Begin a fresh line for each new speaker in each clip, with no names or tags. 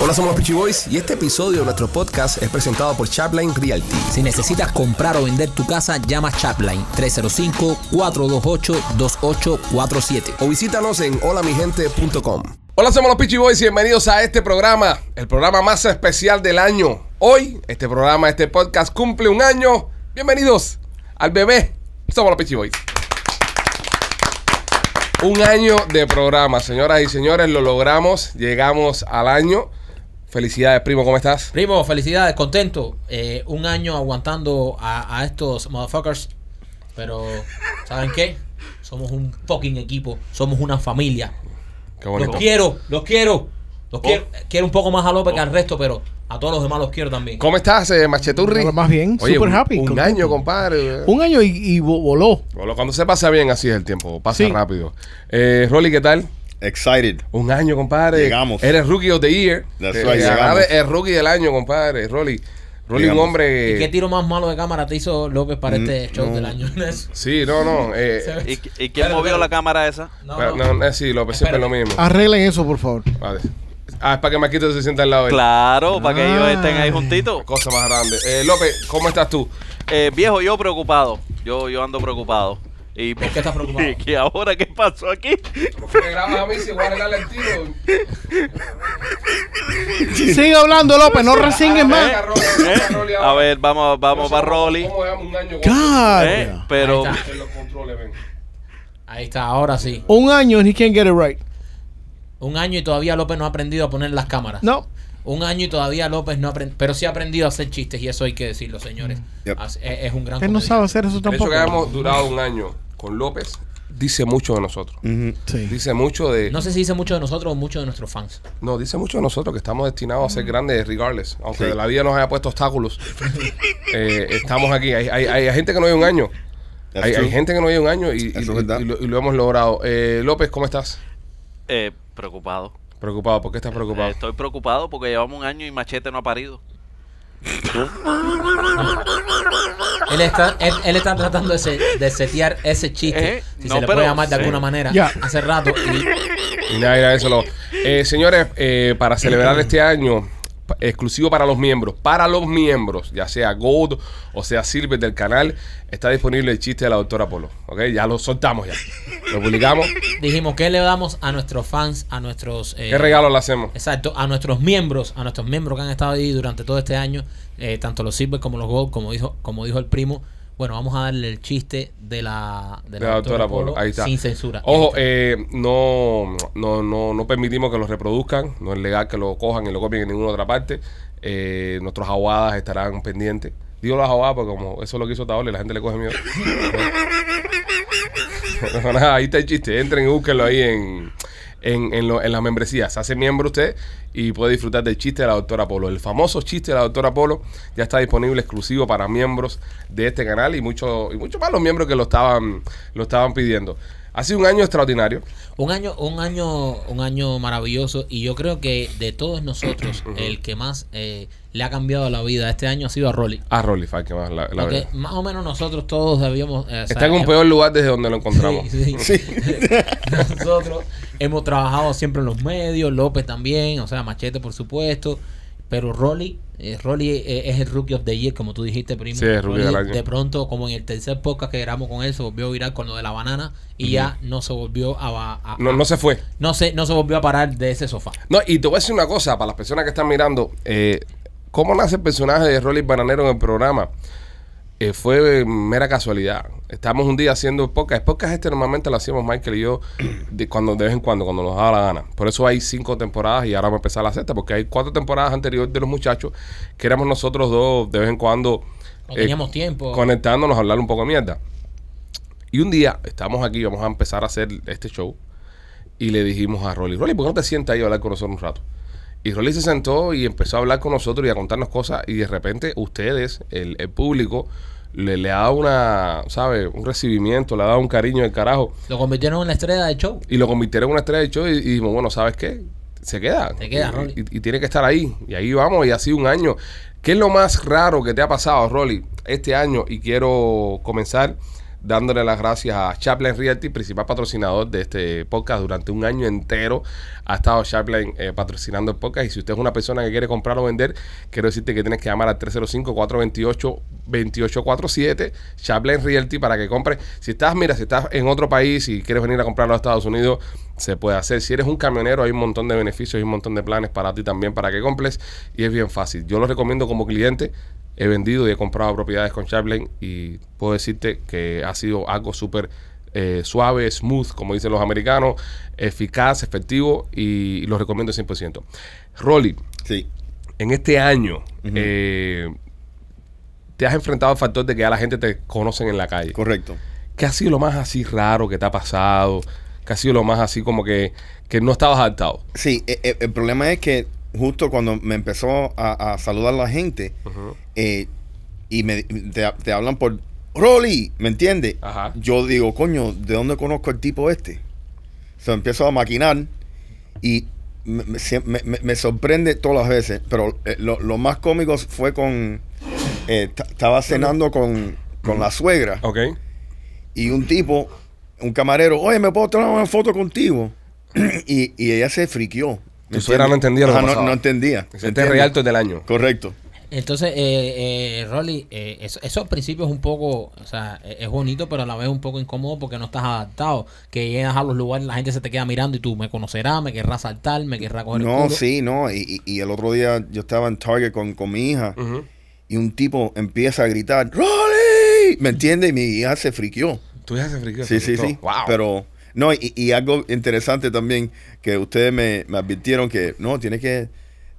Hola, somos los Peachy Boys y este episodio de nuestro podcast es presentado por Chapline Realty.
Si necesitas comprar o vender tu casa, llama Chapline 305-428-2847.
O visítanos en holamigente.com. Hola, somos los Peachy Boys y bienvenidos a este programa, el programa más especial del año. Hoy, este programa, este podcast cumple un año. Bienvenidos al bebé. Somos los Peachy Boys. Un año de programa, señoras y señores, lo logramos, llegamos al año. Felicidades, primo, ¿cómo estás?
Primo, felicidades, contento. Eh, un año aguantando a, a estos motherfuckers. Pero, ¿saben qué? Somos un fucking equipo. Somos una familia.
Qué
Los quiero, los quiero. Los quiero. Quiero un poco más a López que al resto, pero a todos los demás los quiero también.
¿Cómo estás, eh, Macheturri?
Pero más bien,
Oye,
super
un-
happy,
Un
contento.
año, compadre.
Un año y, y vo- voló.
Bueno, Cuando se pasa bien, así es el tiempo. Pasa
Sí.
rápido. Eh, Rolly, ¿qué tal?
Excited.
Un año, compadre.
Llegamos.
Eres Rookie of the Year.
That's
Eh,
right, llegamos.
ahora El Rookie del año, compadre. Rolly. Rolly, un
Llegamos.
hombre...
¿Y qué tiro más malo de cámara te hizo López para este show del año?
Sí, no, no. eh,
Se ve-
¿Y, y quién
Espérate,
movió
espérate.
la cámara esa?
No,
pero-
no.
no, eh, sí, López, siempre
Espérate. Ah.
lo mismo.
Arreglen eso, por favor.
Vale. Ah, es para que Marquito se sienta al lado de él.
Claro, para que ellos
Ah.
estén ahí juntitos.
Cosa más grande. Eh, López, ¿cómo estás tú?
Eh, viejo, yo preocupado. Yo, yo ando preocupado. Y,
¿Por qué estás preocupado?
y que ahora qué pasó aquí?
Me grabas a mí si voy a regalar el tiro.
Sigue hablando, López, no
Ah,
resignes más.
Eh,
A ver, vamos, vamos para Rolly.
un año
Eh,
God.
Pero
Ahí está. Ahí está, ahora sí.
Un año and he can't get it right.
Un año y todavía López no ha aprendido a poner las cámaras.
No.
Un año y todavía López no ha aprendido, pero sí ha aprendido a hacer chistes y eso hay que decirlo, señores.
Yep.
As- e-, Es, es un gran
Mm. Él no sabe
comediante.
hacer eso
El hecho
tampoco.
que hayamos durado un año con López dice mucho de nosotros.
Mm.
Sí.
Dice mucho de.
No sé si dice mucho de nosotros o mucho de nuestros fans.
No, dice mucho de nosotros que estamos destinados a ser grandes, regardless. Aunque
Sí.
la vida nos haya puesto obstáculos, eh, estamos aquí. Hay, hay- hay gente que no hay un año.
That's
Hay,
true.
hay gente que no hay un año y, y-
Eso es verdad.
y lo, y lo hemos logrado. Eh, López, ¿cómo estás?
eh, preocupado.
Preocupado. ¿Por qué estás
Eh,
preocupado?
estoy preocupado porque llevamos un año y Machete no ha parido.
Él está, él, él está tratando de, se- de setear ese chiste,
Eh,
si
no,
se le
pero-
puede llamar de
sí.
alguna manera,
Ya.
hace rato. y-
Y nada, y nada, eso lo- Eh, señores, eh, para celebrar este año, pa- exclusivo para los miembros, para los miembros, ya sea Gold o sea Silver del canal, está disponible el chiste de la doctora Polo. ¿Ok? Ya lo soltamos ya. Lo publicamos.
dijimos, ¿qué le damos a nuestros fans, a nuestros... eh,
¿Qué regalo le hacemos?
Exacto, a nuestros miembros, a nuestros miembros que han estado ahí durante todo este año, eh, tanto los Silver como los Gold, como dijo, como dijo el primo. Bueno, vamos a darle el chiste de la, de
De la doctora Polo. Ahí está.
sin censura.
Ojo, eh, no, no, no, no permitimos que los reproduzcan. No es legal que lo cojan y lo copien en ninguna otra parte. Eh, nuestros abogadas estarán pendientes. Digo las abogadas porque como eso es lo que hizo Taole, la gente le coge miedo. Pero nada, ahí está el chiste. Entren y búsquenlo ahí en, en, en, lo- en las membresías. Se hace miembro usted y puede disfrutar del chiste de la doctora Polo. El famoso chiste de la doctora Polo ya está disponible exclusivo para miembros de este canal y muchos y mucho más los miembros que lo estaban, lo estaban pidiendo. Ha sido un año extraordinario.
Un año, un año, un año maravilloso y yo creo que de todos nosotros el que más eh, le ha cambiado la vida este año ha sido a Rolly.
A Ah, Rolly Fag, que más la, la
Porque
verdad.
más o menos nosotros todos habíamos... eh, o sea,
Está en un
hemos-
peor lugar desde donde lo encontramos.
Sí, sí. Nosotros hemos trabajado siempre en los medios, López también, o sea, Machete por supuesto, pero Rolly, eh, Rolly eh, es el Rookie of the Year, como tú dijiste, primo.
Sí, es Rookie
Rolly,
del año.
De pronto, como en el tercer podcast que grabamos con él, se volvió viral con lo de la banana y ya no se volvió a... va- a-
No, no se fue.
no se, no se volvió a parar de ese sofá.
No, y te voy a decir una cosa, para las personas que están mirando, eh, ¿cómo nace el personaje de Rolly Bananero en el programa? Eh, fue eh, mera casualidad. Estamos un día haciendo podcast. El podcast este normalmente lo hacíamos Michael y yo de, cuando, de vez en cuando, cuando nos daba la gana. Por eso hay cinco temporadas y ahora va a empezar la sexta, porque hay cuatro temporadas anteriores de los muchachos que éramos nosotros dos de vez en cuando
No
eh,
teníamos tiempo.
conectándonos a hablar un poco de mierda. Y un día estamos aquí, vamos a empezar a hacer este show. Y le dijimos a Rolly, Rolly, ¿por qué no te sientas ahí a hablar con nosotros un rato? Y Rolly se sentó y empezó a hablar con nosotros y a contarnos cosas. Y de repente ustedes, el, el público, le, le ha dado una, ¿sabe? Un recibimiento, le ha dado un cariño del carajo.
Lo convirtieron en la estrella del show.
Y lo convirtieron en una estrella de show y, y dijimos, bueno, ¿sabes qué? Se queda.
Se queda,
Y-
Rolly.
Y, y tiene que estar ahí. Y ahí vamos, y así un año. ¿Qué es lo más raro que te ha pasado, Rolly, este año? Y quiero comenzar dándole las gracias a Chaplin Realty, principal patrocinador de este podcast durante un año entero. Ha estado Chaplin eh, patrocinando el podcast y si usted es una persona que quiere comprar o vender, quiero decirte que tienes que llamar al 305-428-2847 Chaplin Realty para que compre. Si estás, mira, si estás en otro país y quieres venir a comprarlo a Estados Unidos, se puede hacer. Si eres un camionero, hay un montón de beneficios, hay un montón de planes para ti también para que compres y es bien fácil. Yo lo recomiendo como cliente. He vendido y he comprado propiedades con Chaplin y puedo decirte que ha sido algo súper eh, suave, smooth, como dicen los americanos, eficaz, efectivo y lo recomiendo 100%. Rolly,
Sí.
en este año eh, te has enfrentado al factor de que ya la gente te conocen en la calle.
Correcto.
¿Qué ha sido lo más así raro que te ha pasado? ¿Qué ha sido lo más así como que, que no estabas adaptado?
Sí, e- e- el problema es que justo cuando me empezó a, a saludar la gente eh, y me, te, te hablan por Rolly, ¿me entiendes?
Ajá.
Yo digo, coño, ¿de dónde conozco el tipo este? O sea, empiezo a maquinar y me, me- sie- me- me- me sorprende todas las veces, pero eh, lo, lo más cómico fue con... eh, ta- estaba cenando con, con la suegra
¿Ok?
y un tipo, un camarero, oye, ¿me puedo tomar una foto contigo? y, y ella se friqueó.
Tu suegra no entendía lo que
Ajá, no,
pasaba.
no entendía.
Este
¿entiendes?
realto es del año.
Correcto.
Entonces, eh, eh, Rolly, eh, eso, eso al principio es un poco, o sea, e- es bonito, pero a la vez un poco incómodo porque no estás adaptado. Que llegas a los lugares, la gente se te queda mirando y tú me conocerás, me querrás saltar, me querrás coger el
No,
culo".
sí, no. Y, y- y el otro día yo estaba en Target con, con mi hija
Ujú.
y un tipo empieza a gritar, ¡Rolly! ¿Me entiendes? Y mi hija se friqueó.
Tú ya se friqueó. se
Sí, sí,
friqueó.
sí.
Wow.
Pero, no, y, y algo interesante también que ustedes me, me advirtieron que, no, tienes que,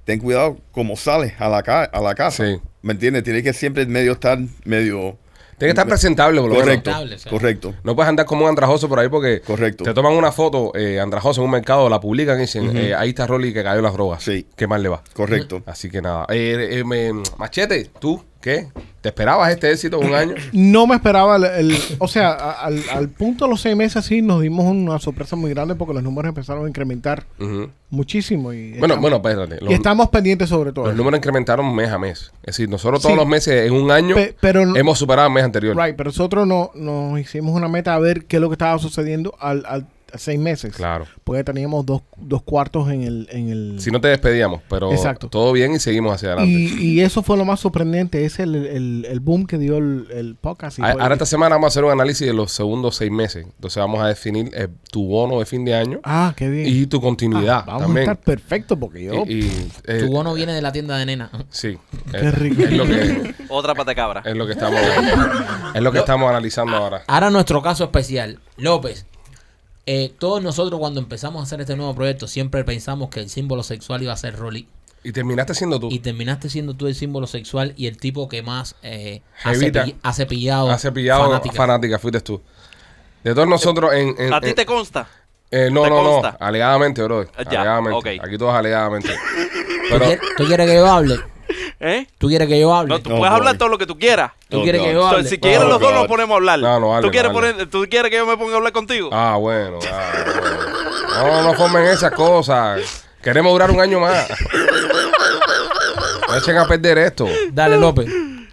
ten cuidado como sales a la, ca- a la casa.
Sí.
¿Me entiendes? Tienes que siempre medio estar medio...
Tiene que estar presentable, por lo menos.
Correcto,
Presentable, sí.
correcto.
No puedes andar como un andrajoso por ahí porque
Correcto.
te toman una foto eh, andrajoso en un mercado, la publican y dicen, eh, ahí está Rolly que cayó las drogas.
Sí.
¿Qué más le va?
Correcto.
Así que nada. Eh, eh, me- machete, ¿tú qué? ¿Te esperabas este éxito un año?
No me esperaba, el, el- o sea, a- al, al punto de los seis meses sí nos dimos una sorpresa muy grande porque los números empezaron a incrementar
Ujú.
muchísimo. Y
Bueno,
estamos-
bueno, espérate. Los,
y estamos pendientes sobre todo.
los números incrementaron mes a mes. Es decir, nosotros todos
Sí.
los meses en un año
Pe- pero no-
hemos superado el mes anterior.
Right, pero nosotros no, nos hicimos una meta a ver qué es lo que estaba sucediendo al, al- a seis meses.
Claro.
Porque teníamos dos, dos cuartos en el... En el
Si no te despedíamos, pero
Exacto.
todo bien y seguimos hacia adelante.
y, y eso fue lo más sorprendente, es el, el- el boom que dio el, el podcast. pues, y
A-
fue-
Ah, Ahora esta semana vamos a hacer un análisis de los segundos seis meses. Entonces vamos a definir eh, tu bono de fin de año
ah, qué bien.
y tu continuidad
Ah, vamos
también.
a estar perfectos porque yo...
Y- y, eh,
Tu bono viene de la tienda de nena.
Sí.
Qué
es,
rico.
Es lo que,
Otra pata cabra.
es lo que estamos es lo que estamos analizando ahora.
Ahora nuestro caso especial. López, eh, todos nosotros cuando empezamos a hacer este nuevo proyecto siempre pensamos que el símbolo sexual iba a ser Rolly.
Y terminaste siendo tú.
Y terminaste siendo tú el símbolo sexual y el tipo que más eh, ha,
Jevita.
cepi- ha cepillado,
Has pillado fanática.
fanáticas.
fuiste tú. De todos nosotros en... en-
¿A ti
en-
te consta?
eh, no,
te
no, no.
consta?
Alegadamente, bro.
Ah, ya,
Alegadamente.
ok.
Aquí todos alegadamente.
¿Tú,
Pero
quieres, tú quieres que yo hable?
¿Eh?
¿Tú quieres que yo hable?
No, tú
No,
puedes
no.
hablar todo lo que tú quieras.
¿Tú
No,
quieres
no.
que yo hable?
Entonces, si quieres
No,
los dos
no.
nos ponemos a hablar.
No, no,
¿Tú,
hable,
quieres
no, hable.
poner- ¿Tú quieres que yo me ponga a hablar contigo?
Ah, bueno, ah, bueno. No, no formen esas cosas. Queremos durar un año más. No echen a perder esto.
Dale, López. Eh,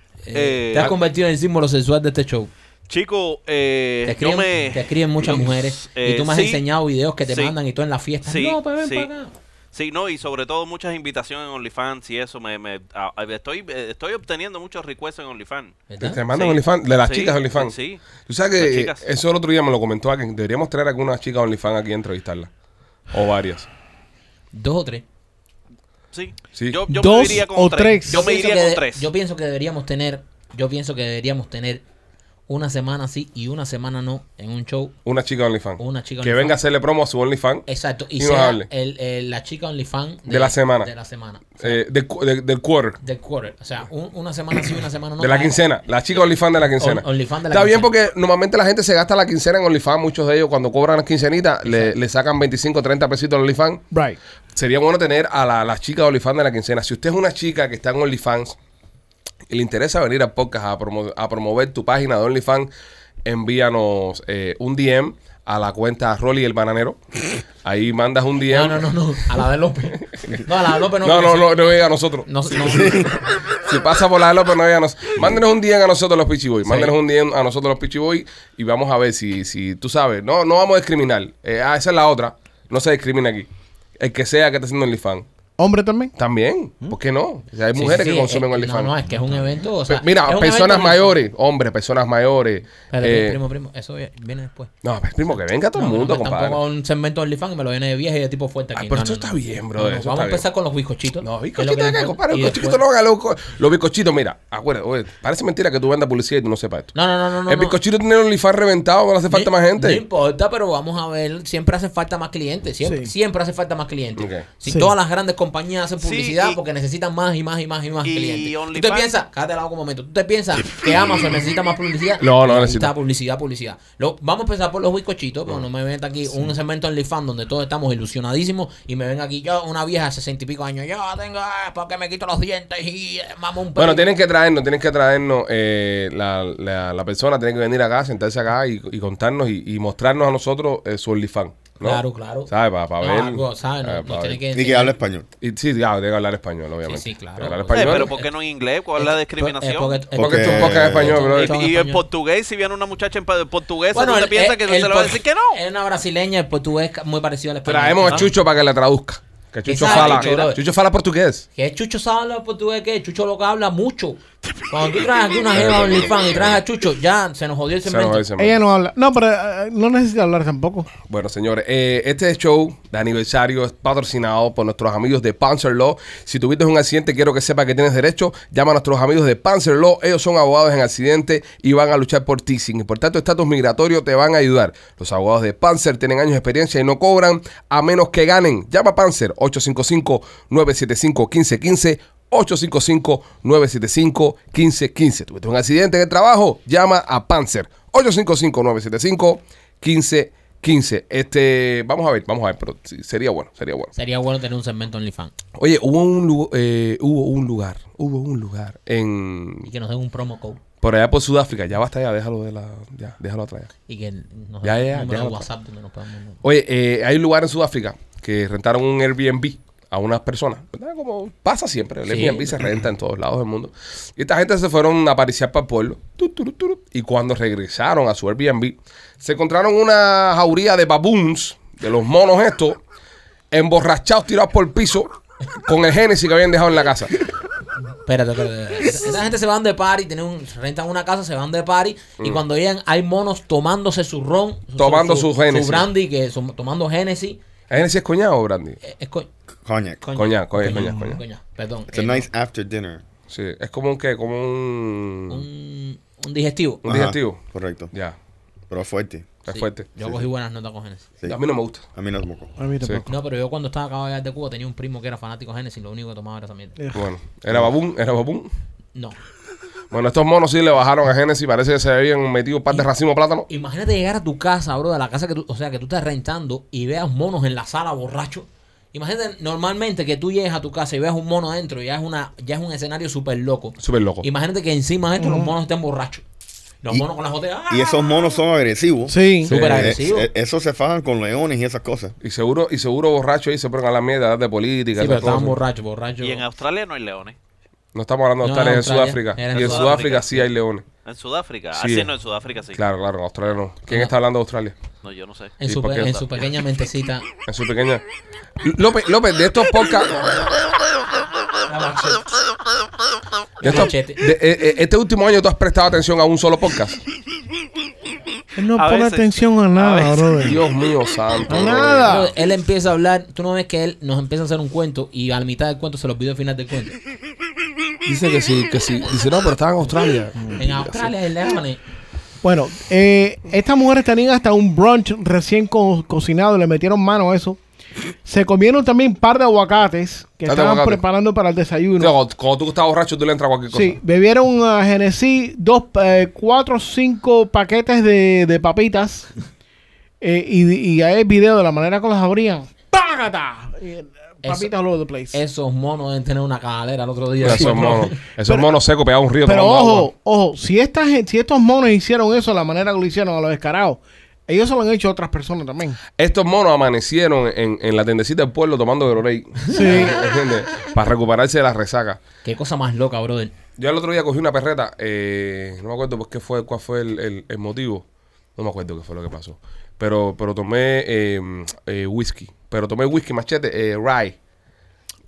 Eh,
te has
al-
convertido en el símbolo sexual de este show.
Chico, eh,
Te escriben,
yo me...
te escriben muchas mujeres.
eh,
y tú me has
sí,
enseñado videos que te
sí,
mandan y tú en la fiesta.
sí,
no, pues ven
sí.
para acá.
Sí, no, y sobre todo muchas invitaciones en OnlyFans y eso. Me, me- a- a- estoy, eh, estoy obteniendo muchos requests en OnlyFans.
Te,
¿Verdad?
te mandan
Sí.
OnlyFans, de las
Sí,
chicas de OnlyFans.
sí.
Tú sabes
Las
que eh,
chicas.
eso el otro día me lo comentó alguien. Deberíamos traer algunas chicas de OnlyFans aquí a entrevistarlas. O varias.
Dos o tres.
Sí.
Sí.
Yo, yo
Dos
me iría con
o tres.
tres. Yo me
pienso
iría
que
con
de-
tres.
Yo pienso que deberíamos tener, yo pienso que deberíamos tener una semana sí y una semana no en un show.
Una chica de OnlyFans.
Una chica
que
OnlyFans.
venga a hacerle promo a su OnlyFans.
Exacto.
Y
Y
nos
sea
hable.
el- el- la chica OnlyFans
De la semana.
De la semana.
eh, del, cu- de- del quarter.
Del quarter. O sea, un- una semana sí, una semana no.
De la quincena, la chica OnlyFans de la quincena.
On- OnlyFans de la
Está bien
quincena.
porque normalmente la gente se gasta la quincena en OnlyFans. Muchos de ellos, cuando cobran las quincenitas, le, le sacan 25, 30 pesitos al OnlyFans.
Right.
Sería bueno tener a la, la chica de OnlyFans de la quincena. Si usted es una chica que está en OnlyFans y le interesa venir al podcast a, promo- a promover tu página de OnlyFans, envíanos eh, un DM a la cuenta Rolly el Bananero. Ahí mandas un DM.
No, no, no, no. A la de López. No, a la de López no.
No,
porque
no,
sí.
no, no llega a nosotros.
No, no.
Si pasa por la de López, no llega a nosotros. Mándenos un DM a nosotros los Pichiboy. Mándenos un DM a nosotros los Pichiboy y vamos a ver si, si tú sabes. No, no vamos a discriminar. Eh, ah, esa es la otra. No se discrimina aquí. El que sea que esté haciendo OnlyFans.
Hombre también.
También. ¿Por qué no? O sea, hay
¿Mm? Sí,
mujeres
sí,
que
sí,
consumen
eh,
OnlyFans.
No, no, es que es un evento. O sea,
Pe- Mira,
es un
personas
evento-
mayores, hombres, personas mayores.
Espérate,
eh,
primo, primo, eso viene después.
No, pues, primo, que venga todo el
No, no,
mundo,
que
compadre.
Tampoco un segmento de OnlyFans que me lo viene de vieja y de tipo fuerte
Ah,
aquí.
pero
No,
eso
no, no.
está bien, brother,
No,
eso
no, vamos
está
a
bien.
empezar con los bizcochitos.
No,
Es lo
bizcochito
que
acá,
nos-
compadre.
y
Bizcochito
después-
no haga loco. Los bizcochitos, mira, acuérdate, oye, parece mentira que tú vendas publicidad y tú no sepas esto.
No, no, no, no. no,
el
no.
bizcochito tiene un lifar reventado, no hace falta
Ni-
más
No
gente.
importa, pero vamos a ver. Siempre hace falta más clientes. Siempre,
Sí.
siempre hace falta más clientes.
Ok.
Si
Sí.
todas las grandes compañías hacen
Sí,
publicidad
y-
porque necesitan más y más y más y más
y
clientes. ¿Tú te
OnlyFans-
piensas, cállate al lado un momento, ¿tú te piensas que Amazon necesita más publicidad?
No, no necesita.
publicidad, publicidad. Lo- vamos a empezar por los bizcochitos,
Mm.
pero no me venta aquí un segmento OnlyFans donde todos estamos ilusionadísimos y me ven aquí yo, una vieja de sesenta y pico años, yo tengo, ah, porque me quito los dientes y eh, mamo un
Bueno,
pelo".
tienen que traernos, tienen que traernos eh, la, la, la persona, tiene que venir acá, sentarse acá y, y contarnos y, y mostrarnos a nosotros eh, su OnlyFans. ¿no?
Claro, claro.
¿Sabes? Para
No,
ver.
algo, ¿sabes? No-
eh,
nos
pa'
tiene
ver.
que
Y que habla español.
Y sí, claro, tiene que hablar español, obviamente.
sí, claro.
Tiene que hablar
Eh,
español.
pero ¿por qué no en inglés? ¿Cuál es la discriminación?
Eh, porque- eh,
Porque
Porque-
es un podcast en español,
Eh,
bro.
son
y en
español.
portugués, si viene una muchacha en pa- portuguesa, ¿tú te
el-
piensas
el-
que
el
se le va a
por-
decir que no?
Es una brasileña, el portugués ca- muy parecido al español.
Traemos a
¿no?
Chucho para que la traduzca. Que Chucho
Ah. Exacto,
fala.
brother.
Chucho fala portugués.
Que Chucho sabe hablar portugués, que Chucho lo que habla mucho. Cuando tú traes aquí una jeva de OnlyFans y traes a Chucho, ya se nos jodió el
Se nos
segmento.
dice, man.
Ella no habla. No, pero eh, no necesita hablar tampoco.
Bueno, señores, eh, este show de aniversario es patrocinado por nuestros amigos de Panzer Law. Si tuviste un accidente, quiero que sepa que tienes derecho. Llama a nuestros amigos de Panzer Law. Ellos son abogados en accidente y van a luchar por ti. Sin importar tu estatus migratorio, te van a ayudar. Los abogados de Panzer tienen años de experiencia y no cobran a menos que ganen. Llama a Panzer 855-975-1515. 855-975-1515. ¿Tuviste un accidente en el trabajo? Llama a Panzer 855-975-1515. 15. Este, vamos a ver, vamos a ver, pero sí, sería bueno, sería bueno.
Sería bueno tener un segmento OnlyFans
Oye, hubo un, lu- eh, hubo un lugar, hubo un lugar
y
en
que nos den un promo code.
por allá por Sudáfrica, ya basta ya, déjalo de la, ya, déjalo atrás. ya.
Y que nos
Ya,
den
ya,
un número
ya, ya.
de WhatsApp donde nos podamos.
Oye, eh, hay un lugar en Sudáfrica que rentaron un Airbnb a unas personas, ¿verdad? Como pasa siempre, el
Sí.
Airbnb se renta en todos lados del mundo. Y esta gente se fueron a pariciar para el pueblo, tu, tu, tu, tu, y cuando regresaron a su Airbnb, se encontraron una jauría de baboons, de los monos estos, emborrachados, tirados por el piso, con el Génesis que habían dejado en la casa.
Espérate, espérate, espérate. Esa gente se van de party, tienen un- rentan una casa, se van de party y cuando llegan hay monos tomándose su ron, su-
Mm. Tomando su Génesis.
Su brandy, que son- tomando Génesis.
¿Génesis es coñado, Brandy?
Eh, Es co-
Coñac.
Coñac, coñac, coñac, coñac.
Perdón.
It's a
eh,
nice after dinner.
Sí, es como un qué, como un, un,
un, un digestivo.
Ajá,
digestivo.
Correcto.
Ya,
Pero fuerte.
es
Sí,
fuerte.
Yo cogí buenas notas con Génesis.
Sí.
A mí no me gusta.
A mí no es moco.
A mí tampoco.
No, pero yo cuando estaba acabado de llegar de Cuba tenía un primo que era fanático de Génesis, lo único que tomaba era esa mierda.
Eh,
Bueno, era babún, era babún.
No.
Bueno, estos monos sí le bajaron a Genesis, parece que se habían metido un par de racimo de plátano.
Imagínate llegar a tu casa, bro, de la casa que tú, o sea, que tú estás rentando y veas monos en la sala borracho. Imagínate normalmente que tú llegues a tu casa y veas un mono adentro, ya es una ya es un escenario súper loco.
Súper loco.
Imagínate que encima de esto los monos estén borrachos. Los
Y-
monos con las botellas. ¡ah!
Y esos monos son agresivos.
Sí.
Súper
Eh,
agresivos.
eh, esos se fajan con leones y esas cosas.
Y seguro, y seguro borracho ahí se ponen a la mierda a hablar de política.
Sí,
esas
pero estaban
cosas.
borrachos, borrachos.
Y en Australia no hay leones.
No estamos hablando de
No,
Australia, es en
Australia.
Sudáfrica.
Era en
y en
Sudáfrica.
Sudáfrica sí hay leones.
En Sudáfrica.
Sí.
Así no, en Sudáfrica sí.
Claro, claro, en Australia no. ¿Quién está hablando de Australia?
No, yo no sé.
En
¿Y
su,
por
pe-
qué?
en su pequeña mentecita.
En su pequeña. López, López, de estos podcasts. De estos-
Machete.
de- eh, eh, este último año tú has prestado atención a un solo podcast.
Él no
A
pone
veces-
atención a
a
nada,
veces-
brother.
Dios mío santo.
A
brother.
nada.
Bro, él empieza a hablar, tú no ves que él nos empieza a hacer un cuento y a la mitad del cuento se lo olvidó el final del cuento.
Dice que sí, que sí. Dice, no, pero estaba en Australia.
En Australia el leones.
Bueno, eh, estas mujeres tenían hasta un brunch recién co- cocinado, le metieron mano a eso. Se comieron también un par de aguacates que
Par de
estaban
aguacates.
preparando para el
O sea,
desayuno.
cuando, cuando tú estás borracho, tú le entras a cualquier cosa.
Sí, bebieron a Genesí dos, eh, cuatro, cinco paquetes de, de papitas. Eh, y, y ahí el video de la manera que las abrían. ¡Págata! Y, eh, Papitas all over the place.
Esos monos deben tener una cadalera el otro día.
Mira, esos monos, esos monos secos pegados a un río.
Pero
tomando
ojo,
agua.
ojo, si, esta, gen- si estos monos hicieron eso de la manera que lo hicieron a los descarados, Ellos se lo han hecho a otras personas también.
Estos monos amanecieron en, en la tendecita del pueblo tomando Gatorade. ¿Entiendes? Para recuperarse de la resaca.
Qué cosa más loca, brother.
Yo el otro día cogí una perreta, eh, no me acuerdo por qué fue, cuál fue el, el- el motivo, no me acuerdo qué fue lo que pasó, pero pero tomé eh, eh, whisky, pero tomé whisky machete, eh, rye,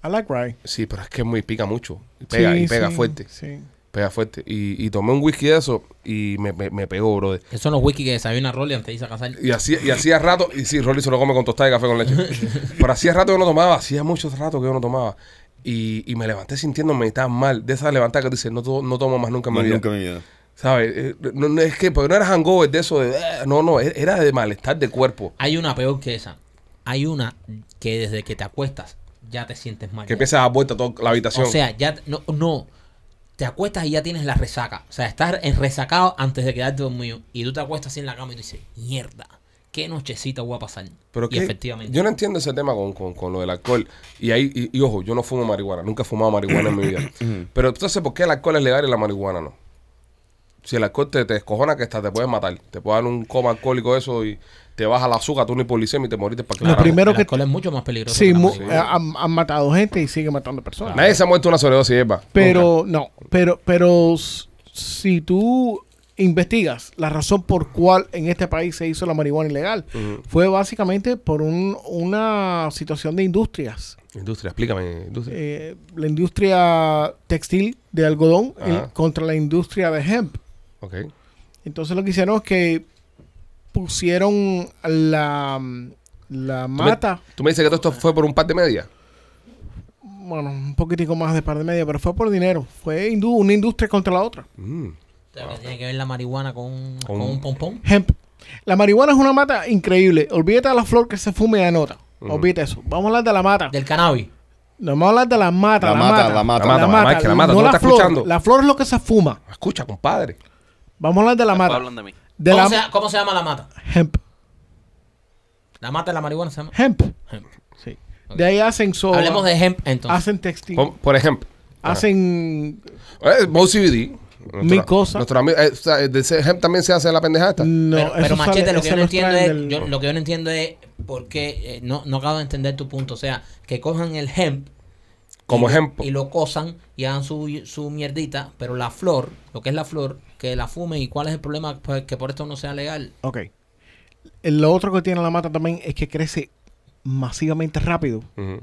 I like Rye.
sí, pero es que es muy pica mucho, y pega y pega fuerte,
Sí.
pega fuerte, y, y tomé un whisky de eso y me, me, me pegó, brother.
Esos son los whisky que desayuna Rolly antes de irse a casar.
Y hacía, y hacía rato, y sí, Rolly se lo come con tostada de café con leche. Pero hacía rato que no tomaba, hacía mucho rato que yo no tomaba. Y, y me levanté sintiéndome tan mal. De esas levantadas que tú dices, no, to- no tomo más nunca en mi
Más
vida.
nunca en mi vida.
¿Sabes? Eh, No, no, es que pero no era hangover de eso de. eh, no, no, e- era de malestar de cuerpo.
Hay una peor que esa. Hay una que desde que te acuestas ya te sientes mal.
Que empiezas a dar vuelta toda la habitación.
o sea, ya t- no, no. Te acuestas y ya tienes la resaca. O sea, estás en- resacado antes de quedarte dormido. Y tú te acuestas así en la cama y tú dices, mierda, qué nochecita voy a pasar.
pero
y
que-
efectivamente.
Yo no entiendo ese tema con, con- con lo del alcohol. Y ahí, y, y ojo, yo no fumo marihuana. Nunca he fumado marihuana en mi vida. Pero entonces, ¿por qué el alcohol es legal y la marihuana no? Si el alcohol te, te descojona, que hasta te puedes matar. Te puede dar un coma alcohólico eso y te baja la azúcar, tú ni policía y te moriste para
Lo
carajo.
primero
el
que-
alcohol es mucho más peligroso.
Sí,
que la
mu-
marihuana.
eh, han, han matado gente y siguen matando personas.
Nadie se ha muerto de una sobredosis, Eva.
Pero no, pero, pero s- si tú investigas la razón por cual en este país se hizo la marihuana ilegal, fue básicamente por un- una situación de industrias.
Industria, explícame, industria.
Eh, la industria textil de algodón
Ajá.
el- contra la industria de hemp.
Ok.
Entonces lo que hicieron es que pusieron la, la
Tú me-
mata,
¿Tú me dices que todo esto fue por un par de medias?
bueno, un poquitico más de par de media, pero fue por dinero. Fue indu- una industria contra la otra.
Mm.
O sea, que tiene que ver la marihuana con, un-
Con-
con un pompón.
Hemp. La marihuana es una mata increíble. Olvídate de la flor que se fume y anota.
Ujú.
Olvídate eso. Vamos a hablar de la mata.
Del cannabis.
No, Vamos a hablar de la mata.
La
La,
mata,
mata,
la mata.
La mata, Mike, la mata.
No
¿Tú no
la
estás
flor.
escuchando?
La flor es lo que se fuma.
Escucha, compadre.
Vamos a hablar de la
Después
mata.
hablan de mí.
De
¿Cómo,
la
se, cómo se llama la mata?
hemp.
La mata de la marihuana se llama.
Hemp.
Hemp.
Sí. De ahí hacen soda.
Hablemos de hemp
ah,
entonces.
Hacen textil.
Por, por ejemplo.
Hacen
Eh, Mo CBD. Nuestra-
Mil cosas.
nuestra ami- eh, o sea, de ese hemp también se hace la pendejada esta.
No,
pero, pero
eso
machete,
sale-
lo que
eso
yo no
los
entiendo es,
traen del-
yo- lo que yo no entiendo es por qué eh, no, no acabo de entender tu punto. O sea, que cojan el hemp
Como
y,
ejemplo.
y lo cosan y hagan su, su mierdita, pero la flor, lo que es la flor, que la fumen y cuál es el problema pues, que por esto no sea legal.
Ok. Lo otro que tiene la mata también es que crece masivamente rápido
Ujú.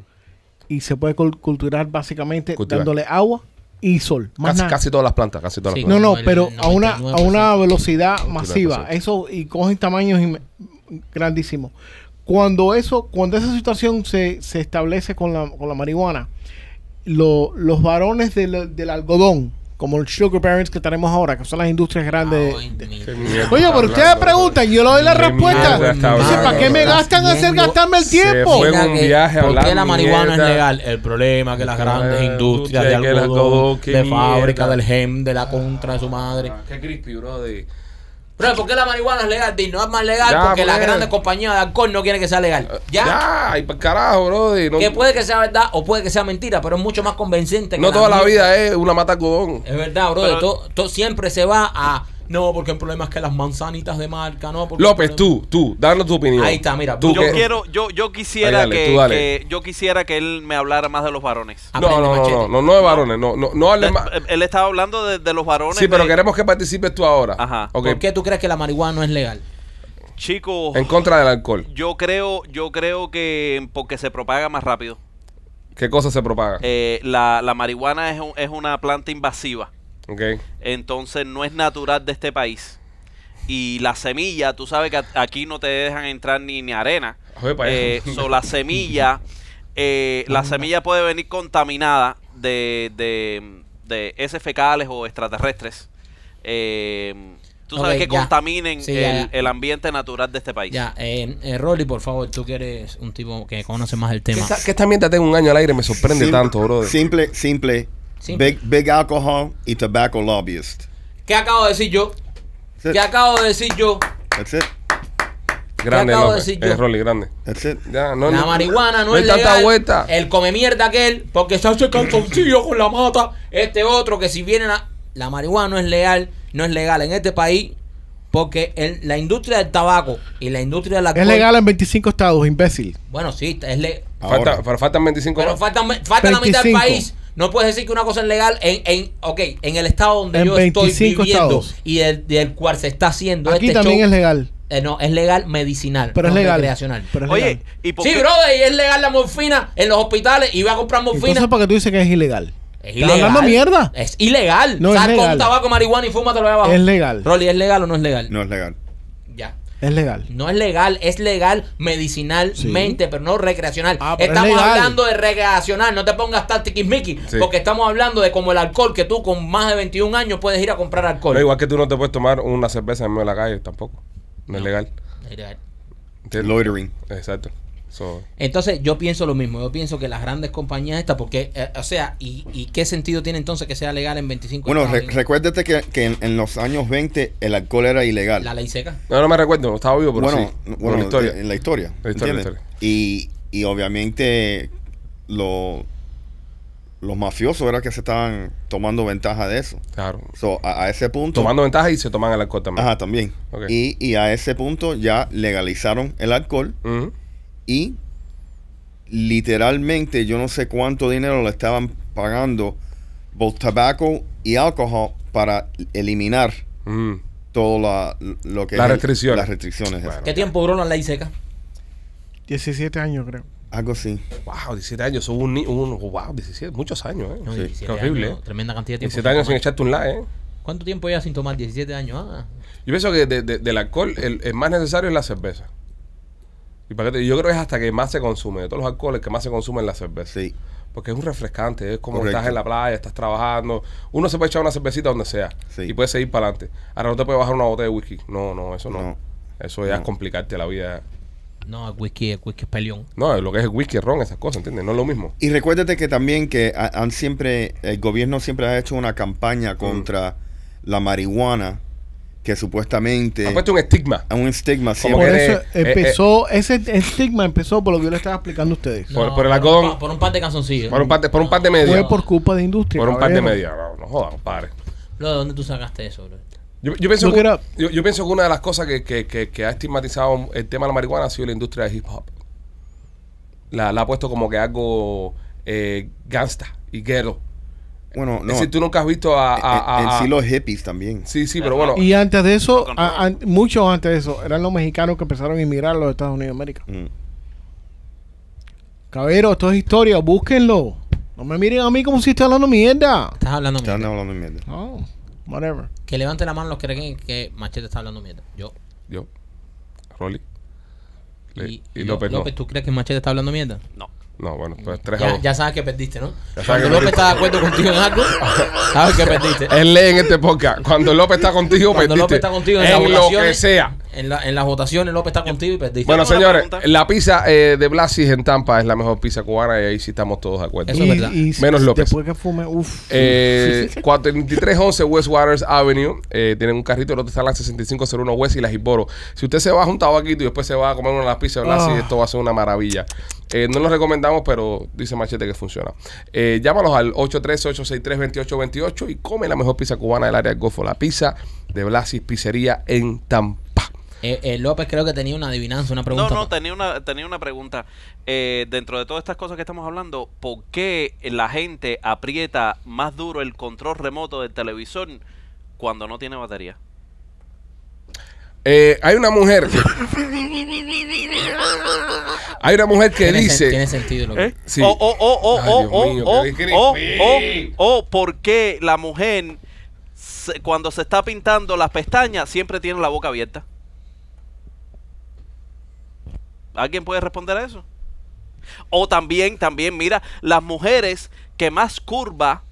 y se puede cul- culturar básicamente
Cultivar.
dándole agua y sol. Más
Casi,
nada.
casi todas las plantas, casi todas
Sí.
las
No, no,
Como el
pero a una, a una
99%.
velocidad masiva.
99%.
Eso, y cogen tamaños inme- grandísimos. Cuando eso, cuando esa situación se, se establece con la, con la marihuana, lo- los varones del, del algodón, como el sugar parents que tenemos ahora, que son las industrias grandes.
Ay, mi-
plantas.
Oye, pero ustedes preguntan, yo le doy la
Qué
respuesta.
mierda está
Entonces, ¿para
hablando,
qué me
estás
gastan hacer
viendo-
gastarme el
Se
tiempo?
fue. Luego
Mira
un
que,
viaje a
¿Por
hablar
qué la marihuana
mierda?
es legal? El problema es que las
Ah,
grandes industrias de
industrias que el algodón,
algodón,
qué
de fábrica,
mierda.
del gem, de la contra de su madre.
Qué crispy, bro. De...
Pero ¿por qué la marihuana es legal? Di, No es más legal
Ya,
porque las
pues.
grandes compañías de alcohol no quieren que sea legal. Ya.
Ya, y para carajo, bro. de- No,
Que puede que sea verdad o puede que sea mentira, pero es mucho más convincente. que Eh,
no toda la
mierda.
vida es una mata algodón.
Es verdad, bro.
Pero-
to- to- siempre se va a. No, porque el problema es que las manzanitas de marca, no. porque el
López,
problema-
tú, tú, danos tu opinión.
Ahí está, mira,
Tú
Yo
que-
quiero, yo, yo quisiera
Ay, dale,
que,
tú dale. Ah,
que- yo quisiera que él me hablara más de los varones.
No, no,
Aprende,
no,
machete.
no, no, no de varones, no, no, no hables más.
Él- Él estaba hablando de, de los Eh, varones.
Sí, pero
de-
queremos que participes tú ahora.
Ajá.
Ok.
¿Por qué tú crees que la marihuana no es legal?
Chico,
En contra del alcohol.
yo creo, yo creo que porque se propaga más rápido.
¿Qué cosa se propaga?
Eh, la, la marihuana es, un- es una planta invasiva.
Ok.
Entonces no es natural de este país. Y la semilla, tú sabes que a- aquí no te dejan entrar ni, ni arena.
Joder, pa'
Eh,
eso.
so, la semilla, eh, la semilla puede venir contaminada de, de, de heces fecales o extraterrestres. Eh, tú sabes
Ok,
que
ya.
contaminen
Sí,
el,
ya, ya.
el ambiente natural de este país.
Ya, eh, eh, Rolly, por favor, tú que eres un tipo que conoce más el
Que
tema.
esta, que esta mierda tenga un año al aire me sorprende
Simple-
tanto, brother.
Simple, simple.
Simple.
Big, big alcohol y tobacco lobbyist.
¿Qué acabo de decir yo?
That's it.
¿Qué acabo de decir yo?
That's it.
Grande,
acabo de
López.
decir yo.
Es Rolly, grande.
That's it.
Ya, no,
la
no-
marihuana no,
no hay
es
tanta
legal.
vuelta.
El Eh, come mierda aquel, porque se hace cantoncillo con la mata. Este otro que si vienen a... La marihuana no es legal, no es legal en este país Porque el- la industria del tabaco y la industria del alcohol.
Es legal en 25 estados, imbécil.
Bueno, sí, es le-
Falta-
Ahora.
pero faltan 25
Pero
más.
faltan- falta la mitad del
25.
país. No puedes decir que una cosa es legal en, en, ok, en el estado donde
En
yo estoy
25
viviendo
estados.
y del, del cual se está haciendo
Aquí
este
también
show.
es legal.
Eh, no, es legal medicinal.
Pero
no
es legal.
recreacional.
Pero es
Oye,
legal.
¿y por
Sí,
qué-
brother, y es legal la morfina en los hospitales y va a comprar morfina.
Entonces, ¿para qué tú dices que es ilegal?
es
¿estás hablando mierda?
Es ilegal.
No, es
Sal con
legal.
tabaco, marihuana y fúmatelo ahí abajo.
Es legal.
Rolly, ¿es legal o no es legal?
No es legal.
Ya.
Es legal.
No es legal, es legal medicinalmente, pero no recreacional.
Ah, pero es
estamos
legal.
hablando de recreacional, no te pongas tatiquismiqui,
Sí.
porque estamos hablando de como el alcohol, que tú con más de 21 años puedes ir a comprar alcohol.
No, igual que tú no te puedes tomar una cerveza en medio de la calle tampoco. No, es
No.
legal.
Legal.
¿Entiendes?
Loitering.
Exacto. So,
Entonces yo pienso lo mismo, yo pienso que las grandes compañías estas, porque, eh, o sea, y, y qué sentido tiene entonces que sea legal en 25
Bueno,
estados?
re- recuérdate que, que en, en los años 20 el alcohol era ilegal.
La ley seca.
no, no me recuerdo, no estaba vivo, pero
bueno,
sí.
n-
Por
bueno, eh,
la historia.
de- en la historia.
La historia, la
¿entiendes? Y, y obviamente lo- los mafiosos era que se estaban tomando ventaja de eso.
Claro.
So, a, a ese punto.
Tomando ventaja y se toman el alcohol también.
Ajá, también.
Ok.
Y, y a ese punto ya legalizaron el alcohol
Ujú.
y literalmente yo no sé cuánto dinero le estaban pagando both tobacco y alcohol para eliminar
Ujú.
todo la- lo que
Las
es el-
restricciones.
las restricciones eso.
Claro.
¿Qué tiempo duró la ley seca?
17 años, creo.
algo así
Wow, 17 años. Hubo un, ni- un- Wow, 17, muchos años, ¿eh?
No,
Sí,
17
qué horrible,
años,
¿eh?
Tremenda cantidad de tiempo.
17 años sin echarte un la, ¿eh?
¿Cuánto tiempo llevas sin tomar? 17 años. Ah,
Yo pienso que de- de- del alcohol el, el más necesario es la cerveza. Y para qué te- yo creo que es hasta que más se consume, de todos los alcoholes que más se consumen es la cerveza.
sí
Porque es un refrescante, es como
Correcto.
estás en la playa, estás trabajando. Uno se puede echar una cervecita donde sea
Sí.
y puede seguir para adelante. Ahora no te puedes bajar una botella de whisky. No, no, eso no.
No.
Eso ya es
No.
complicarte la vida.
no, el whisky, el whisky es peleón.
No, lo que es el whisky, el ron, esas cosas, ¿entiendes? No es lo mismo.
y recuérdate que también que ha- han siempre el gobierno siempre ha hecho una
Mm.
campaña contra la marihuana que supuestamente
Ha puesto un estigma.
un estigma
Ah, pues Como
siempre
Por
que
eso
eres- eh,
empezó, ese estigma empezó por lo que yo le estaba explicando a ustedes.
Por-
No,
por el
un
algodón.
pa- Por un par de canzoncillos.
Por un par de- por un par de medias.
Fue por culpa de industria.
Por un par de
caballero.
medias. No, no jodas, padre.
Lo, ¿De dónde tú sacaste eso, bro?
Yo, yo pienso
Look
que,
it up.
yo, yo pienso que una de las cosas que, que- que- que ha estigmatizado el tema de la marihuana ha sido la industria de hip hop. La, la ha puesto como que algo eh, gangsta y ghetto.
bueno no
Es decir, tú nunca has visto a... a- a-
en, en
a-
sí los hippies también
sí, sí, pero bueno.
Y antes de eso,
Rock and
a- an- muchos antes de eso, eran los mexicanos que empezaron a inmigrar a los Estados Unidos de América.
Mm.
Caballero, esto es historia, búsquenlo. No me miren a mí como si estoy hablando mierda.
Estás hablando
Están
mierda.
hablando mierda.
No, whatever.
Que levante la mano los que creen que Machete está hablando mierda. Yo.
Yo, Rolly. Le- y,
Lo-
López, no.
¿tú crees que Machete está hablando mierda?
No.
No, bueno, pues 3 a
Ya,
2.
ya sabes que perdiste, ¿no?
Ya sabes
Cuando
que
López
perdiste.
está de acuerdo contigo en algo, sabes que perdiste.
Él lee en este podcast. Cuando López está contigo,
Cuando
perdiste.
López está contigo en,
en,
las
lo que
votaciones,
sea.
En, la- en las votaciones, López está contigo y perdiste.
Bueno,
tengo una
señores,
pregunta.
la pizza eh, de Blasis en Tampa es la mejor pizza cubana y ahí sí estamos todos de acuerdo.
Eso es verdad.
Menos López.
Después que fume, uff.
Eh, 4311 West Waters Avenue. Eh, tienen un carrito, el otro está en la 6501 West y la Hiporo. Si usted se baja un tabaquito y después se va a comer una de las pizzas, ¿verdad?
Ah.
Sí, esto va a ser una maravilla. Eh, no lo recomendamos, pero dice Machete que funciona. Eh, llámalos al 813-863-2828 y come la mejor pizza cubana del área del Golfo, la pizza de Blasis Pizzería en Tampa.
Eh, eh, López creo que tenía una adivinanza, una pregunta. pues.
No, no, tenía una, tenía una pregunta. Eh, dentro de todas estas cosas que estamos hablando, ¿por qué la gente aprieta más duro el control remoto del televisor cuando no tiene batería?
Eh, hay una mujer. hay una mujer que
Tiene sen-
dice.
Tiene sentido lo que...
¿Eh?
Sí.
O, o, o, o,
Ay,
o,
Dios
o,
mío,
o,
qué creepy.
o, o, o, ¿por qué la mujer se- cuando se está pintando las pestañas siempre tiene la boca abierta? ¿Alguien puede responder a eso? O también, también, mira, las mujeres que más curva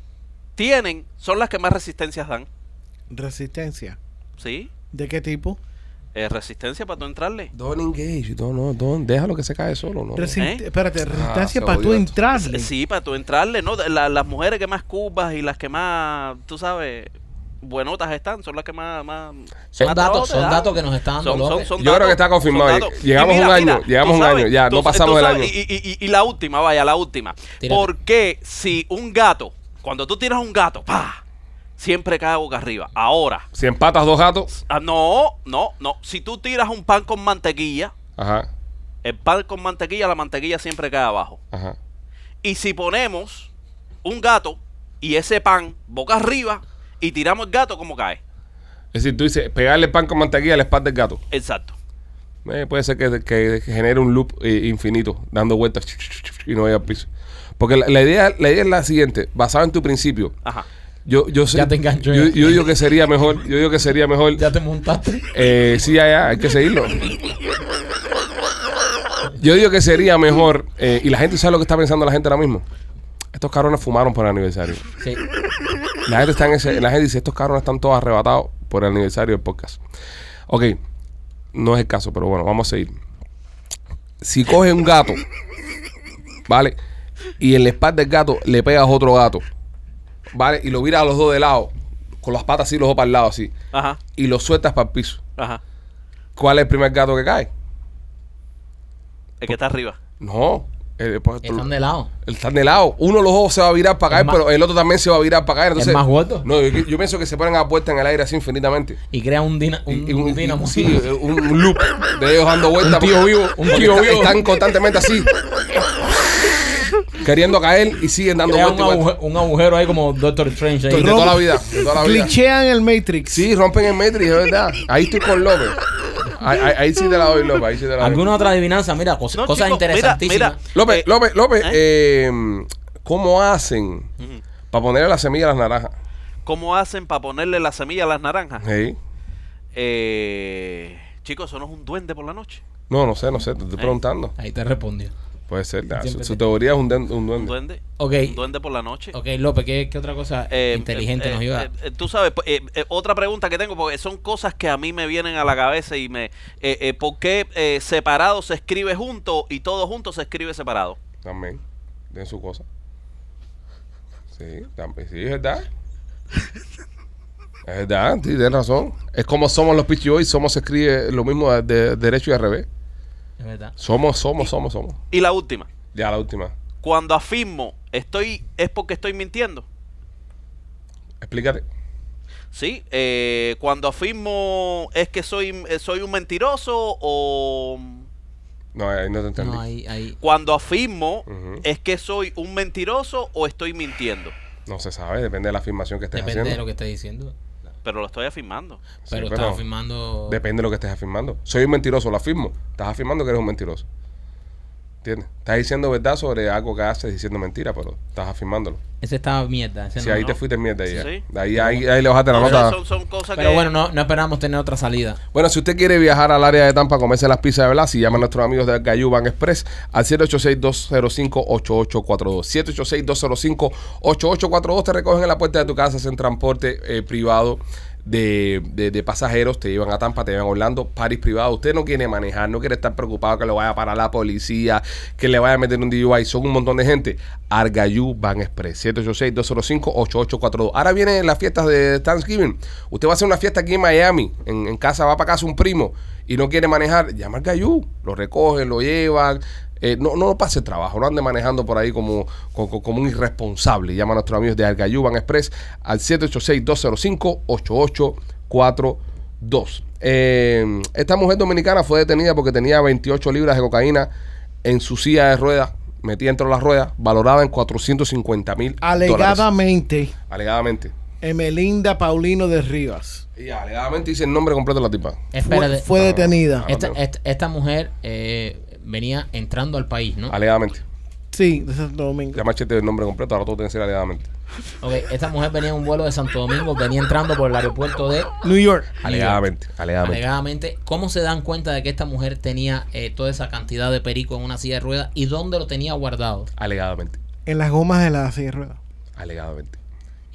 tienen son las que más resistencias dan.
Resistencia.
¿Sí?
¿De qué tipo?
Eh, resistencia para tú entrarle.
Don't engage, don't, no, don't, déjalo que se cae solo, no.
Resist-
¿Eh?
Espérate, resistencia
se
para tú
jodió esto.
entrarle.
Sí, para tú entrarle, ¿no? De la- las mujeres que más curvas y las que más, tú sabes, buenotas están, son las que más... más
Son datos,
más trabajo te
son
dan.
datos que nos está dando López.
Yo creo que está confirmado.
son datos.
Llegamos
Y
un año, llegamos
tú
un año, ya, no
tú-
pasamos
tú
del
sabes,
año.
Y, y- y- y la última, vaya, la última.
Tírate.
¿Por qué si un gato, cuando tú tiras un gato, pa, siempre cae boca arriba. Ahora,
Si empatas dos gatos,
ah, no, no, no. Si tú tiras un pan con mantequilla,
ajá,
el pan con mantequilla, la mantequilla siempre cae abajo.
ajá.
Y si ponemos un gato y ese pan boca arriba y tiramos el gato, ¿cómo cae?
Es decir, tú dices, pegarle pan con mantequilla a la espalda del gato.
Exacto.
Eh, puede ser que, que genere un loop eh, infinito, dando vueltas y no vaya al piso. Porque la, la idea, la idea es la siguiente, basada en tu principio.
Ajá.
Yo, yo sé-
Ya te enganchó,
Yo,
ya.
yo digo que sería mejor, yo digo que sería mejor.
Ya te montaste.
Eh, sí, ya, ya, hay que seguirlo. Yo digo que sería mejor, eh, y la gente sabe lo que está pensando la gente ahora mismo. Estos cabrones fumaron por el aniversario.
Sí.
La gente está en ese, la gente dice, estos cabrones están todos arrebatados por el aniversario del podcast. Ok, no es el caso, pero bueno, vamos a seguir. Si coges un gato, ¿vale? Y en la espalda del gato le pegas otro gato, ¿vale? Y lo viras a los dos de lado, con las patas así, los dos para el lado así,
Ajá.
y lo sueltas para el piso.
Ajá.
¿Cuál es el primer gato que cae?
El que está arriba.
No. El, pues, tú-
Están de lado.
están de lado. Uno de los dos se va a virar para
Es
acá,
más-
pero el otro también se va a virar para acá. Entonces,
más gordo.
No, yo, yo pienso que se ponen a puerta en el aire así infinitamente.
Y crea un, dina, un,
Y- y-
un
y-
dínamo.
sí, un, un loop de ellos dando vueltas.
Un tío
porque-
vivo, un
porque
tío
está-
vivo.
Están constantemente así. queriendo caer y siguen dando
Crea un,
vueltas. y vueltas.
aguje- un agujero ahí como Doctor Strange.
De
ahí.
toda la vida. De toda la vida.
Clichean el Matrix.
Sí, rompen el Matrix, es verdad. Ahí estoy con López. Ahí, ahí- ahí sí te la doy, López. Ahí sí te la doy.
¿Alguna otra adivinanza? Mira, cos-
No,
cosas
chico, mira,
interesantísimas.
mira.
López,
Eh,
López, López, eh, ¿cómo hacen para ponerle la semilla a las naranjas?
¿Cómo hacen para ponerle la semilla a las naranjas?
Sí.
Eh, chicos, eso no es un duende por la noche.
No, no sé, no sé, te
Eh.
estoy preguntando.
Ahí te respondió.
Puede ser, la- su,
Siempre
su
te-
teoría es un, den- un
Un
duende.
duende.
Ok.
Un duende por la noche.
Ok, López, ¿qué, qué otra cosa
Eh,
inteligente
eh,
nos iba? a-
eh, eh, tú sabes, pues, eh, eh, otra pregunta que tengo, porque son cosas que a mí me vienen a la cabeza y me... eh, eh, ¿Por qué eh, separado se escribe junto y todo junto se escribe separado?
También, tiene su cosa. Sí, también, sí, es verdad. Es verdad, sí, tienes razón. Es como somos los PGO y somos se escribe lo mismo de, de derecho y al revés.
Es verdad.
Somos, somos, somos, somos.
Y la última,
Ya la última.
cuando afirmo estoy es porque estoy mintiendo.
Explícate.
Sí, eh, cuando afirmo es que soy, eh, soy un mentiroso o
No, ahí no te entendí.
No, ahí, ahí.
cuando afirmo
Ujú.
es que soy un mentiroso o estoy mintiendo.
No se sabe, depende de la afirmación que estés
Depende
haciendo.
de lo que estés diciendo.
Pero lo estoy afirmando.
Sí,
Pero
pero
estás afirmando.
Depende de lo que estés afirmando. Soy un mentiroso, lo afirmo. Estás afirmando que eres un mentiroso. ¿Entiendes? Estás diciendo verdad sobre algo que haces diciendo mentira, pero estás afirmándolo.
Ese estaba mierda. ese
Si
no.
ahí
no.
te fuiste mierda ahí.
Sí,
ya.
sí.
De ahí, ahí, ahí le bajaste la
O sea,
nota.
son, son cosas
Pero
que...
bueno, no, no esperamos tener otra salida.
Bueno, si usted quiere viajar al área de Tampa a comerse las pizzas de Blasi, llama a nuestros amigos de Gayuban Express al 786-205-8842. 786-205-8842. Te recogen en la puerta de tu casa, en transporte eh, privado de, de- de pasajeros. Te llevan a Tampa, te llevan a Orlando, París privado. Usted no quiere manejar, no quiere estar preocupado que lo vaya a parar la policía, que le vaya a meter un DUI. Son un montón de gente. Argayú Van Express, 786-205-8842. Ahora vienen las fiestas de Thanksgiving. Usted va a hacer una fiesta aquí en Miami, en, en casa, va para casa un primo y no quiere manejar, llama al Argayú. Lo recogen, lo llevan. Eh, no, no pase el trabajo, no ande manejando por ahí como, co- co- como, un irresponsable. Llama a nuestros amigos de Argayú Van Express al 786-205-8842. Eh, esta mujer dominicana fue detenida porque tenía 28 libras de cocaína en su silla de ruedas, metida entre las ruedas, valorada en 450 mil dólares.
Alegadamente,
Alegadamente.
Emelinda Paulino de Rivas
Y alegadamente dice el nombre completo de la tipa.
Espérate. Eh.
fue, fue detenida.
Ah.
Esta, esta, esta mujer eh, venía entrando al país, ¿no?
Alegadamente.
Sí, de Santo Domingo.
Ya machete el nombre completo, ahora todo tiene que ser alegadamente.
Ok, esta mujer venía en un vuelo de Santo Domingo, venía entrando por el aeropuerto de.
New York.
Alegadamente. Alegadamente.
Alegadamente, ¿cómo se dan cuenta de que esta mujer tenía eh, toda esa cantidad de perico en una silla de ruedas y dónde lo tenía guardado?
Alegadamente.
En las gomas de la silla de ruedas.
Alegadamente.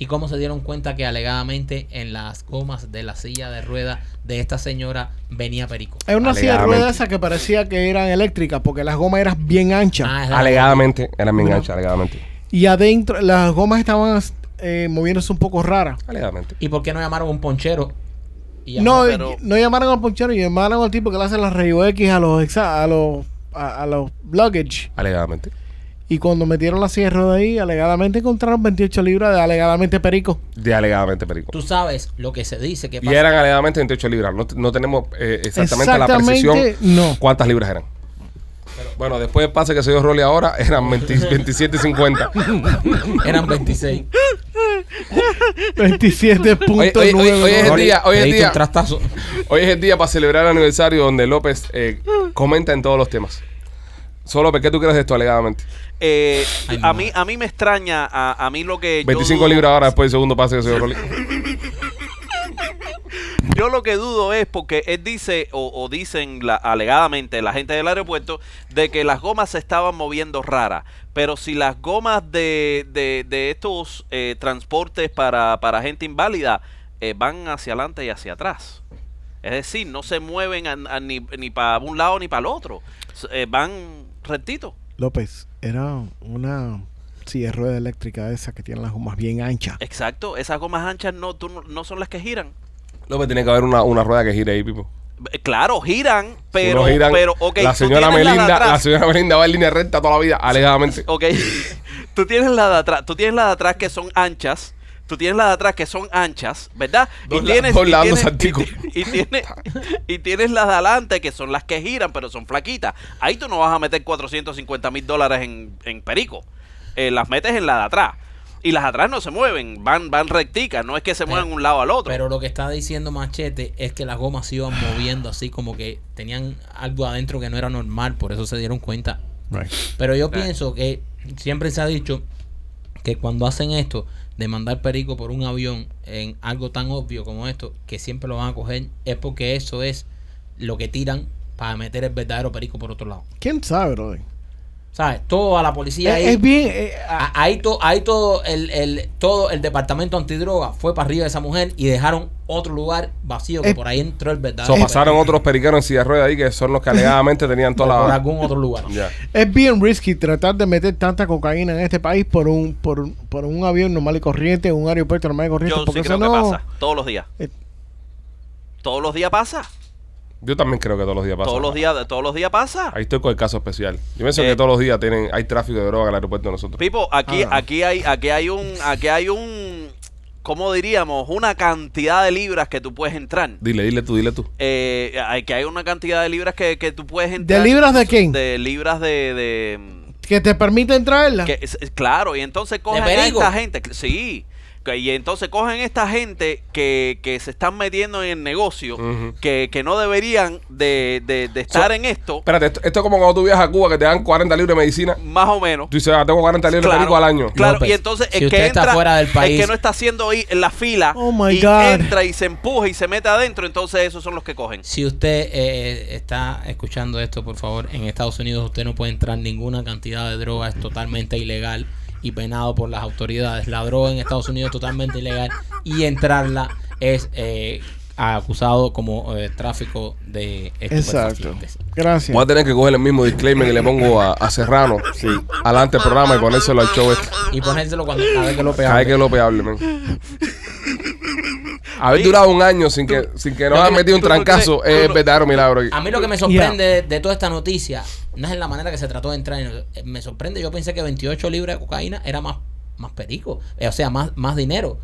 ¿Y cómo se dieron cuenta que alegadamente en las comas de la silla de ruedas de esta señora venía perico?
Hay una silla de
Alegadamente.
ruedas esa que parecía que eran eléctricas porque las gomas eran bien anchas.
Ah, es la-
Alegadamente. Era mi engancha, alegadamente.
Y adentro, las gomas estaban eh, moviéndose un poco raras.
Alegadamente.
¿Y por qué no llamaron a un ponchero? Y
No,
llamaron-
pero-
no llamaron al ponchero, llamaron al tipo que le hace las rayos X a los exa- a los a, a los luggage.
Alegadamente.
Y cuando metieron la sierra de ahí, alegadamente encontraron 28 libras de alegadamente perico.
De alegadamente, Perico.
Tú sabes lo que se dice que
Y eran alegadamente 28 libras. No, no tenemos eh, exactamente, la
Exactamente,
precisión
no.
cuántas libras eran. bueno, después del pase que se dio Rolly ahora, eran 20 27.50.
Eran 26.
27.9.
Oye, oye, oye, oye,
¿no?
Rolly, día, hoy es
Leí
día.
contrastazo.
Hoy es el día para celebrar el aniversario donde López eh, comenta en todos los temas. Solo, ¿qué tú crees de esto alegadamente?
Eh,
Ay,
a,
no.
mí, a mí me extraña, a, a mí lo que... yo
25
dudo-
libras ahora después del segundo pase que se dio Rolly.
Yo lo que dudo es porque él dice, o, o dicen la- alegadamente la gente del aeropuerto, de que las gomas se estaban moviendo raras. Pero si las gomas de, de- de estos eh, transportes para, para gente inválida eh, van hacia adelante y hacia atrás. Es decir, no se mueven a- a ni, para un lado ni para el otro. S- eh, van rectito.
López, era una silla de rueda eléctrica esa que tiene las gomas bien anchas.
Exacto, esas gomas anchas no, tú no- no son las que giran.
López tiene que haber una, una rueda que gire ahí, Pipo.
Eh, Claro, giran,
Si
pero,
no giran,
pero ok,
la
tú
señora
tienes de
Melinda, la,
atrás.
señora Melinda va en línea recta toda la vida, alegadamente.
Ok. tú tienes la de atrás, tú tienes la de atrás que son anchas. Tú tienes la de atrás que son anchas, ¿verdad?
Dos la- dos lados,
tienes-
Santico.
y, tienes, y tienes las de adelante que son las que giran, pero son flaquitas. Ahí tú no vas a meter 450 mil dólares en, en perico. Eh, las metes en la de atrás. Y las de atrás no se mueven, van, van recticas, no es que se muevan un lado al otro.
Pero lo que está diciendo Machete es que las gomas se iban moviendo así como que tenían algo adentro que no era normal, por eso se dieron cuenta. Pero yo pienso que siempre se ha dicho que cuando hacen esto de mandar perico por un avión en algo tan obvio como esto, que siempre lo van a coger, es porque eso es lo que tiran para meter el verdadero perico por otro lado.
¿Quién sabe, brother?
¿Sabes? Toda la policía ahí.
es, es bien. eh,
A- Ah, Ahí, to- ahí todo, el, el- todo el departamento antidroga fue para arriba de esa mujer y dejaron otro lugar vacío que
Eh,
por ahí entró el verdadero.
So, pasaron otros periqueros en silla de rueda ahí que son los que alegadamente tenían
por
toda la.
algún otro lugar.
Ya.
es bien risky tratar de meter tanta cocaína en este país por un por, un- por un avión normal y corriente, un aeropuerto normal y corriente.
Yo
porque
sí creo
eso
que
no.
pasa, todos los días.
Eh.
Todos los días pasa.
Yo también creo que todos los días pasa.
Todos los días, todos los días pasa.
Ahí estoy con el caso especial. Yo pienso
Eh.
que todos los días tienen, hay tráfico de droga en el aeropuerto de nosotros.
Pipo, aquí,
Ah.
aquí hay, aquí hay un, aquí hay un, ¿cómo diríamos? Una cantidad de libras que tú puedes entrar.
Dile, dile tú, dile tú.
Eh, hay- que hay una cantidad de libras que, que tú puedes entrar.
¿De libras de quién?
De libras de,
Que te permiten traerla.
de- que- es- es- claro, y entonces cogen a
perico?
esta gente, que- sí, que- y entonces cogen esta gente que, que se están metiendo en el negocio,
Ujú.
que, que no deberían de, de- de estar en esto,
Espérate, esto, esto es como cuando tú viajas a Cuba que te dan 40 libras de medicina.
más o menos.
Tú dices, ah, tengo 40 libras de perico al año.
Claro,
López,
y entonces
si
el
usted
que
está
entra,
fuera del país-
el que no está haciendo ahí la fila
Oh, my
y
God.
entra y se empuja y se mete adentro, entonces esos son los que cogen.
Si usted eh, está escuchando esto, por favor, en Estados Unidos usted no puede entrar ninguna cantidad de droga, es totalmente ilegal y penado por las autoridades. La droga en Estados Unidos es totalmente ilegal y entrarla es eh, acusado como eh, tráfico de
Exacto.
estupefacientes.
Gracias.
Voy a tener que coger el mismo disclaimer que le pongo a, a Serrano
Sí.
adelante del programa y ponérselo al show este.
Y ponérselo cuando cada vez que lo
Cada vez que López hable, man. Haber durado un año sin que, sin que nos
no
hayan
crees-
metido un
tú no
trancazo
crees- tú
es
no-
verdadero milagro. aquí.
A mí lo que me sorprende de, de toda esta noticia no es en la manera que se trató de entrar. en- eh, Me sorprende, yo pensé que 28 libras de cocaína era más, más perico, eh, o sea, más, más dinero.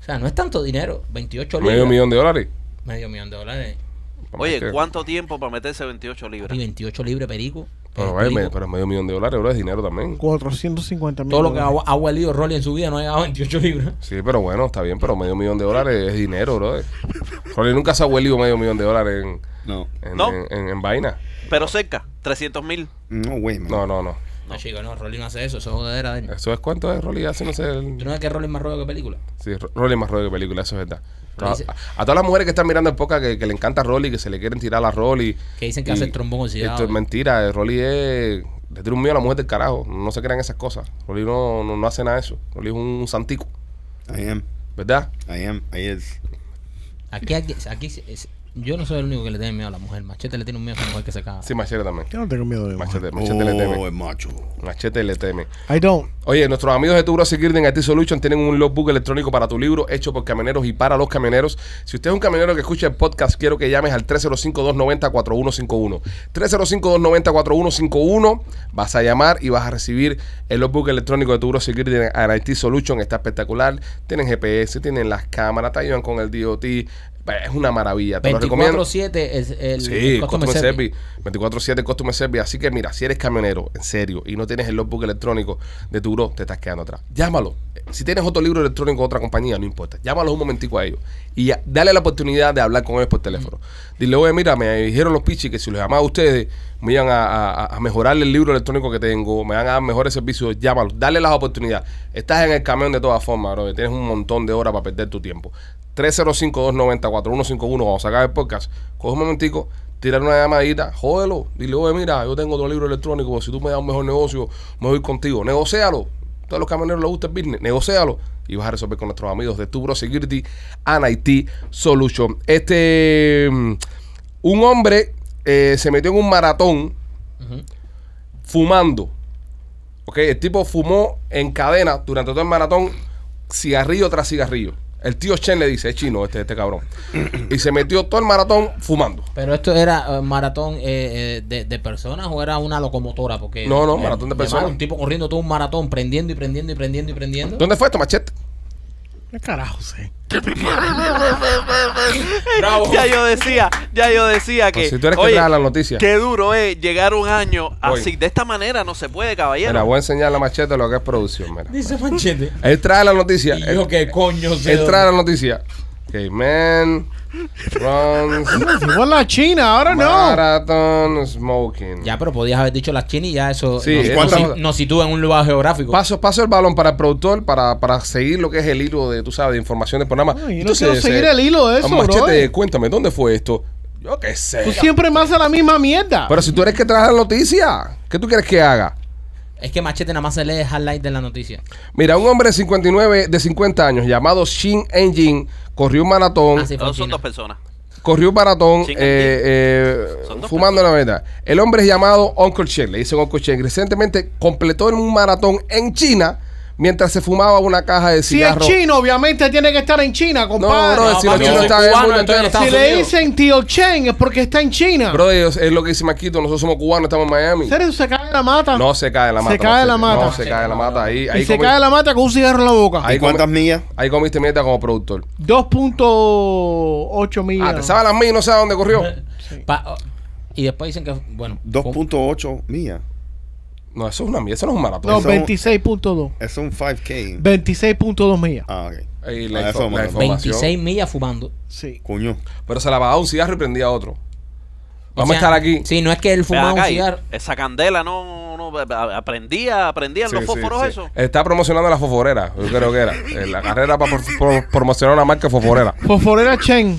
O sea, no es tanto dinero, 28 libras.
Medio millón de dólares.
Medio millón de dólares.
Oye,
¿Qué?
¿cuánto tiempo para meterse 28 libras?
Y 28 libras perico.
Pero,
Eh,
vaya, me-
perico.
pero medio millón de dólares, bro, es dinero también.
450 mil.
Todo lo que ha,
dólares.
ha huelido Rolly en su vida no ha llegado a 28 libras.
Sí, pero bueno, está bien, pero medio millón de dólares es dinero, bro. Rolly nunca se ha huelido medio millón de dólares en,
No.
en,
No.
en- en- en vaina.
Pero cerca, 300 mil.
No, güey, man.
No, no, no.
No, chico, no, Rolly no hace eso, eso es jodedera de él.
¿Eso es cuánto es, Rolly? Hace, no sé, el-
¿Tú no ves que Rolly es más ruego que película?
Sí, Ro- Rolly es más rollo que película, eso es verdad.
Pero
A,
dice-
a todas las mujeres que están mirando en poca que, que le encanta Rolly, que se le quieren tirar a Rolly.
Que dicen que
y-
hace el trombón oxidado.
Esto es mentira, eh, Rolly es. Le tiene un miedo a la mujer del carajo. No se crean esas cosas. Rolly no, no, no hace nada de eso. Rolly es un santico,
I am.
¿verdad?
I am. I is.
Aquí, aquí, aquí se- es- Yo no soy el único que le tiene miedo a la mujer. Machete le tiene un miedo a esa mujer que se caga.
Sí, Machete también.
Yo no tengo miedo de
Machete,
mujer.
machete le
Oh,
teme.
es macho.
Machete le teme.
I don't.
Oye, nuestros amigos de Tugross Security en IT Solution tienen un logbook electrónico para tu libro hecho por camioneros y para los camioneros. Si usted es un camionero que escucha el podcast, quiero que llames al 305-290-4151. 305-290-4151. Vas a llamar y vas a recibir el logbook electrónico de Tugross Security en IT Solution. Está espectacular. Tienen GPS, tienen las cámaras, te ayudan con el DOT. Es una maravilla. Te lo recomiendo.
24-7 es el,
Sí,
el customer
Customer
service.
Service, 24-7 Customer Service. Así que mira, si eres camionero, en serio, y no tienes el logbook electrónico de tu bro, te estás quedando atrás. Llámalo. Si tienes otro libro electrónico de otra compañía, no importa. Llámalos un momentico a ellos y ya- dale la oportunidad de hablar con ellos por teléfono. Dile, oye, mira, me dijeron los pichis que si los llamaba a ustedes, me iban a, a- a mejorar el libro electrónico que tengo, me van a dar mejores servicios, llámalos, dale las oportunidades. Estás en el camión de todas formas, bro. Tienes un montón de horas para perder tu tiempo. 305-290-4151, cuando se acabe el podcast, coge un momentico, tirar una llamadita, jódelo, dile, oye, mira, yo tengo otro libro electrónico, pues, si tú me das un mejor negocio, me voy contigo, negocialo. Todos los camioneros les gusta el business, negocialo y vas a resolver con nuestros amigos de Tubro Security and IT Solution. Este, mm, un hombre eh, se metió en un maratón fumando. ¿Ok? El tipo fumó en cadena durante todo el maratón, cigarrillo tras cigarrillo. El tío Chen le dice, es chino este, este cabrón. y se metió todo el maratón fumando.
Pero esto era eh, maratón eh, eh, de, de personas o era una locomotora? Porque
No, no,
eh,
maratón de
además,
personas.
Un tipo corriendo todo un maratón, prendiendo y prendiendo y prendiendo y prendiendo.
¿Dónde fue esto, machete?
¿Qué carajo sé?
Ya yo decía, ya yo decía que.
Pues si tú eres que
oye,
traes las noticias.
Qué duro es llegar un año
Voy.
así. De esta manera no se puede, caballero.
Mira, voy a enseñar la machete lo que es producción. Mira.
Dice Manchete.
Él trae la noticia.
Y yo
Él,
qué coño sé.
él trae la noticia. Okay, man runs
Si fue en la China, ahora no.
marathon smoking.
Ya, pero podías haber dicho las chinas y ya eso
Sí,
nos,
¿cuántas-
nos- nos sitúa en un lugar geográfico.
Paso, paso el balón para el productor para, para seguir lo que es el hilo de, tú sabes, de información del programa. eh, oh,
Ay, yo no quiero seguir el hilo de eso,
Machete,
brother.
cuéntame, ¿dónde fue esto? Yo qué sé.
Tú siempre me haces la misma mierda.
Pero si tú eres que trae la noticia, ¿qué tú quieres que haga?
Es que Machete nada más se lee el highlight de la noticia.
Mira, un hombre de 59, de 50 años, llamado Shin Enjin, corrió un maratón.
Ah, sí, fue
No,
en
son
China.
dos personas.
Corrió un maratón
Sí,
eh, eh,
Son dos
fumando la verdad. El hombre es llamado Uncle Chen, le dicen Uncle Chen. Recientemente completó un maratón en China mientras se fumaba una caja de
si es
cigarros.
chino, obviamente tiene que estar en China, compadre.
no,
No,
si los
papi, yo
chinos
soy
están en el
cubano,
mundo
estoy en
entero.
Estados
si le
Unidos.
dicen tío Chen es porque está en China.
Bro, ellos- es lo que dice Maquito, nosotros somos cubanos, estamos en Miami.
¿En serio se cae en la mata?
No se cae la
Se
mata.
cae
no
la mata.
No se cae la mata. Ahí,
y
ahí,
se
comi-
cae en la mata con un cigarro en la boca.
Ahí
¿Y cuántas millas?
ahí comiste mierda como productor.
2.8 millas.
Ah, te sabes las mías y no sabes dónde corrió.
Pa- oh, y después dicen que, bueno, fue-
2.8 millas.
No, eso es una mierda, eso no es un maratón.
No,
Eso-
26.2.
Es un 5K.
26.2 millas.
Ah, ok.
Ahí la,
Ah, eso
info-
es un
la
maratón.
información.
26 millas fumando.
Sí.
Coño.
Pero se la bajaba un cigarro y prendía otro.
O
Vamos
sea,
a estar aquí.
Sí, no es que él
Ven
fumaba un
acá, y
cigarro.
Esa candela no, no a- aprendía, aprendían
Sí,
los
sí,
fósforos
sí.
eso.
Está promocionando la fosforera, yo creo que era. Eh, La carrera para por- por- promocionar una marca fosforera.
Fosforera Chen.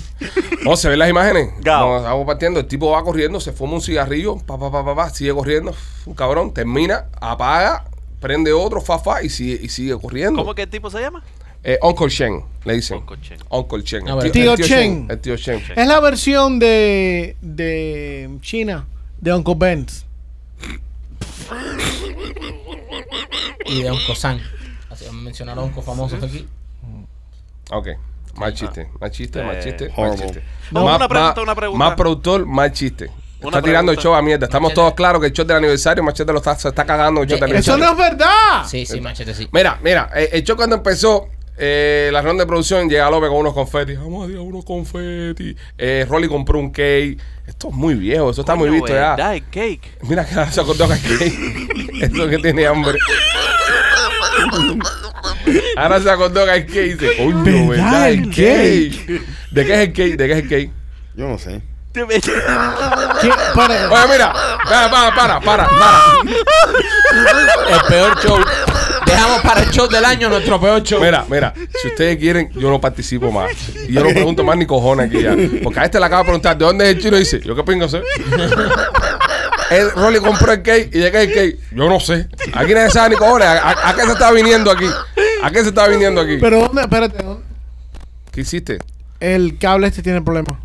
No, se ven las imágenes.
Gao.
Nos estamos partiendo. El tipo va corriendo, se fuma un cigarrillo, pa, pa, pa, pa, pa, sigue corriendo, un cabrón, termina, apaga, prende otro, fa, fa, y sigue, y sigue corriendo.
¿Cómo que el tipo se llama?
Eh, Uncle Shen, le dicen.
Uncle Chen.
Uncle Chen.
A ver.
Tío Chen.
El tío Chen.
Es la versión de, de China, de Uncle Ben's.
Y de Onco San. Así, mencionaron Ah, a Onco famosos aquí.
Ok. Más chiste, más chiste,
Eh,
más chiste, más
horrible.
chiste.
No,
Más-
una pregunta,
más-
una pregunta.
Más productor, más chiste.
Una
está tirando el
pregunta.
show a mierda. Estamos
Machete.
todos claros que el show del aniversario, Machete lo está, se está cagando en el show
De-
del
Eh, Eso
aniversario.
no es verdad.
Sí, sí, Machete, sí.
Mira, mira, eh, el show cuando empezó eh, la ronda de producción, llega López con unos confetis. Vamos a tirar unos confetis. Eh, Rolly compró un cake. Esto es muy viejo, eso está muy
Coño,
visto ya.
¿verdad? El cake.
Mira que se acordó que aquí. Eso que tiene hambre. Ahora se acordó que hay cake. Dice, coño,
¿Verdad,
¿verdad? El
el
cake. ¿De qué es el cake? ¿De qué es el cake?
Yo no sé.
¿Qué? Para-
Oye, mira. Para, para, para, para. para.
El peor show. Dejamos para el show del año nuestro peor show.
Mira, mira. Si ustedes quieren, yo no participo más. Y yo no pregunto más ni cojones aquí ya. Porque a este le acaba de preguntar, ¿de dónde es el chino? Y dice, ¿yo qué pingo sé? El Rolly compró el cake y de qué es el cake. Yo no sé. Aquí nadie sabe ni cojones. ¿A, a, a qué se está viniendo aquí? ¿A qué se está viniendo aquí?
Pero, ¿dónde? Espérate. ¿dónde?
¿Qué hiciste?
El cable este tiene problema.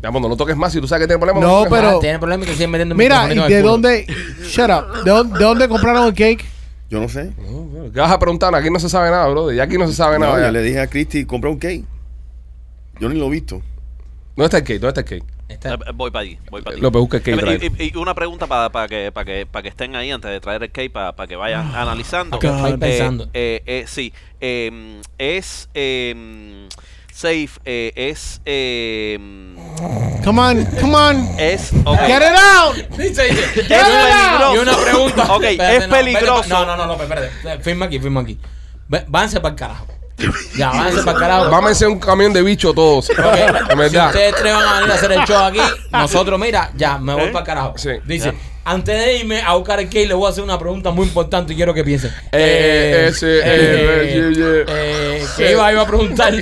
Vamos, no lo toques más. Si tú sabes que tiene problemas,
No,
lo toques
pero-
más.
Ah, tiene problemas que siguen metiendo
Mira,
microfonitos en
¿y de
el culo.
dónde? Shut up. ¿De dónde, de dónde compraron el cake?
Yo no sé.
No, pero ¿Qué vas a preguntar? Aquí no se sabe nada, brother. Ya aquí no se sabe
No,
nada.
yo
ya.
le dije a Christy, compra un cake. Yo ni lo he visto.
¿Dónde está el cake? ¿Dónde está el cake?
Está-
Eh, eh, Voy para allí, voy para allí.
López, busca el cake.
Eh,
trae.
y, y- y una pregunta para que, para que, para que estén ahí antes de traer el cake, para que vayan
Ah,
analizando.
Para que vayan
Eh,
pensando.
eh, eh, sí, eh, es eh, safe, eh, es... eh,
Come on, come on.
es... ok.
Get it out.
Es
out.
peligroso.
Y una pregunta.
Ok,
Espérate,
es
no, vete pa-
peligroso.
no, no, no, López, espérate. Firma aquí, firma aquí. Ve- Váyanse para el carajo. Ya, váyanse para el carajo.
Vamos a hacer un camión de bicho todos.
Porque
En
Ah, si
verdad.
ustedes tres van a venir a hacer el show aquí, nosotros, mira, ya, me voy para el carajo.
¿Eh? Sí.
Dice, antes de irme a buscar el cake, le voy a hacer una pregunta muy importante y quiero que piensen.
Eh, ese, eh, ye, ye.
eh, ¿Qué iba, iba a preguntar?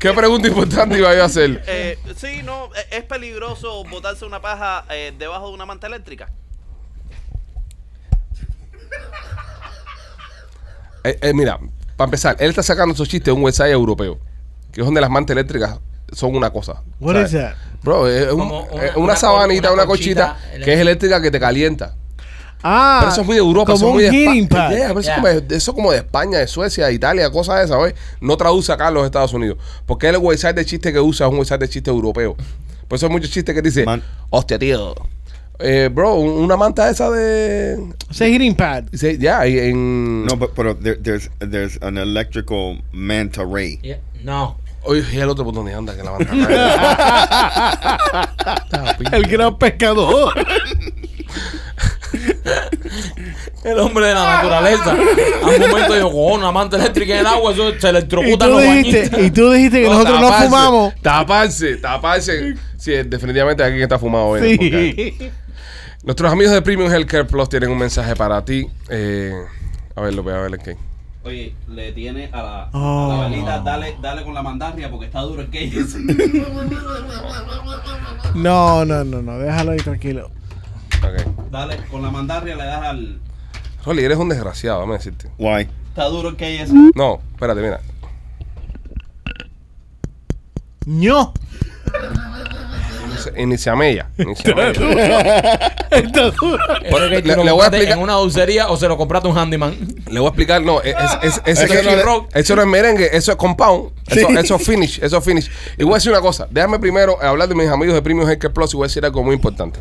¿Qué pregunta importante iba yo a hacer?
Eh, sí, no, eh, es peligroso botarse una paja eh, debajo de una manta eléctrica.
Eh, eh, mira, para empezar, él está sacando esos chistes de un website europeo, que es donde las mantas eléctricas son una cosa.
What
¿sabes?
is that?
Bro, es un-
Como
es
una-
una,
una
sabanita,
col-
una,
una
cochita,
colchita
que es eléctrica que te calienta.
Ah,
Pero eso es muy de Europa,
como
eso es muy
un
de
heating
España.
pad.
Yeah, pero eso,
Yeah.
como de, eso como de España, de Suecia, de Italia, cosas de esas, ¿ves? No traduce acá en los Estados Unidos. Porque el website de chiste que usa es un website de chiste europeo. Por eso hay muchos chistes que dice,
Man-
hostia, tío. eh, bro, un- una manta esa de.
Ese heating pad.
dice, Ya, y en.
No, but- pero there- there's, there's an electrical manta ray.
Yeah, No.
Oye, y el otro por donde anda, que la manta.
El gran pescador.
El hombre de la naturaleza. A un momento dijo, con una manta eléctrica en el agua, eso se
y,
electrocuta
tú dijiste, y tú dijiste que nosotros no
taparse,
fumamos.
Taparse, taparse. Sí, definitivamente aquí está fumado. hoy en el podcast.
Sí.
Nuestros amigos de Premium Healthcare Plus tienen un mensaje para ti. Eh, a ver, lo voy a ver aquí.
Oye, le tiene a la,
Oh.
a la velita, dale, dale con la mandarria porque está duro el cake.
No, no, no, no. Déjalo ahí tranquilo.
Ok.
dale con la mandarria, le das al.
Rolly, eres un desgraciado, déjame decirte.
Why?
Está duro el cake.
No, espérate, mira.
No.
Inici- Iniciamella. Iniciamella.
Está duro.
Le- le
le,
voy a
voy a
explicar-
en una dulcería o se lo compraste a un handyman.
Le voy a explicar. No, es, es- es- ese
Eso
que-
no le-
eso no es merengue, eso es compound. Eso,
Sí.
eso es finish, eso es finish. Y voy a decir una cosa. Déjame primero hablar de mis amigos de Premium Healthcare Plus y voy a decir algo muy importante.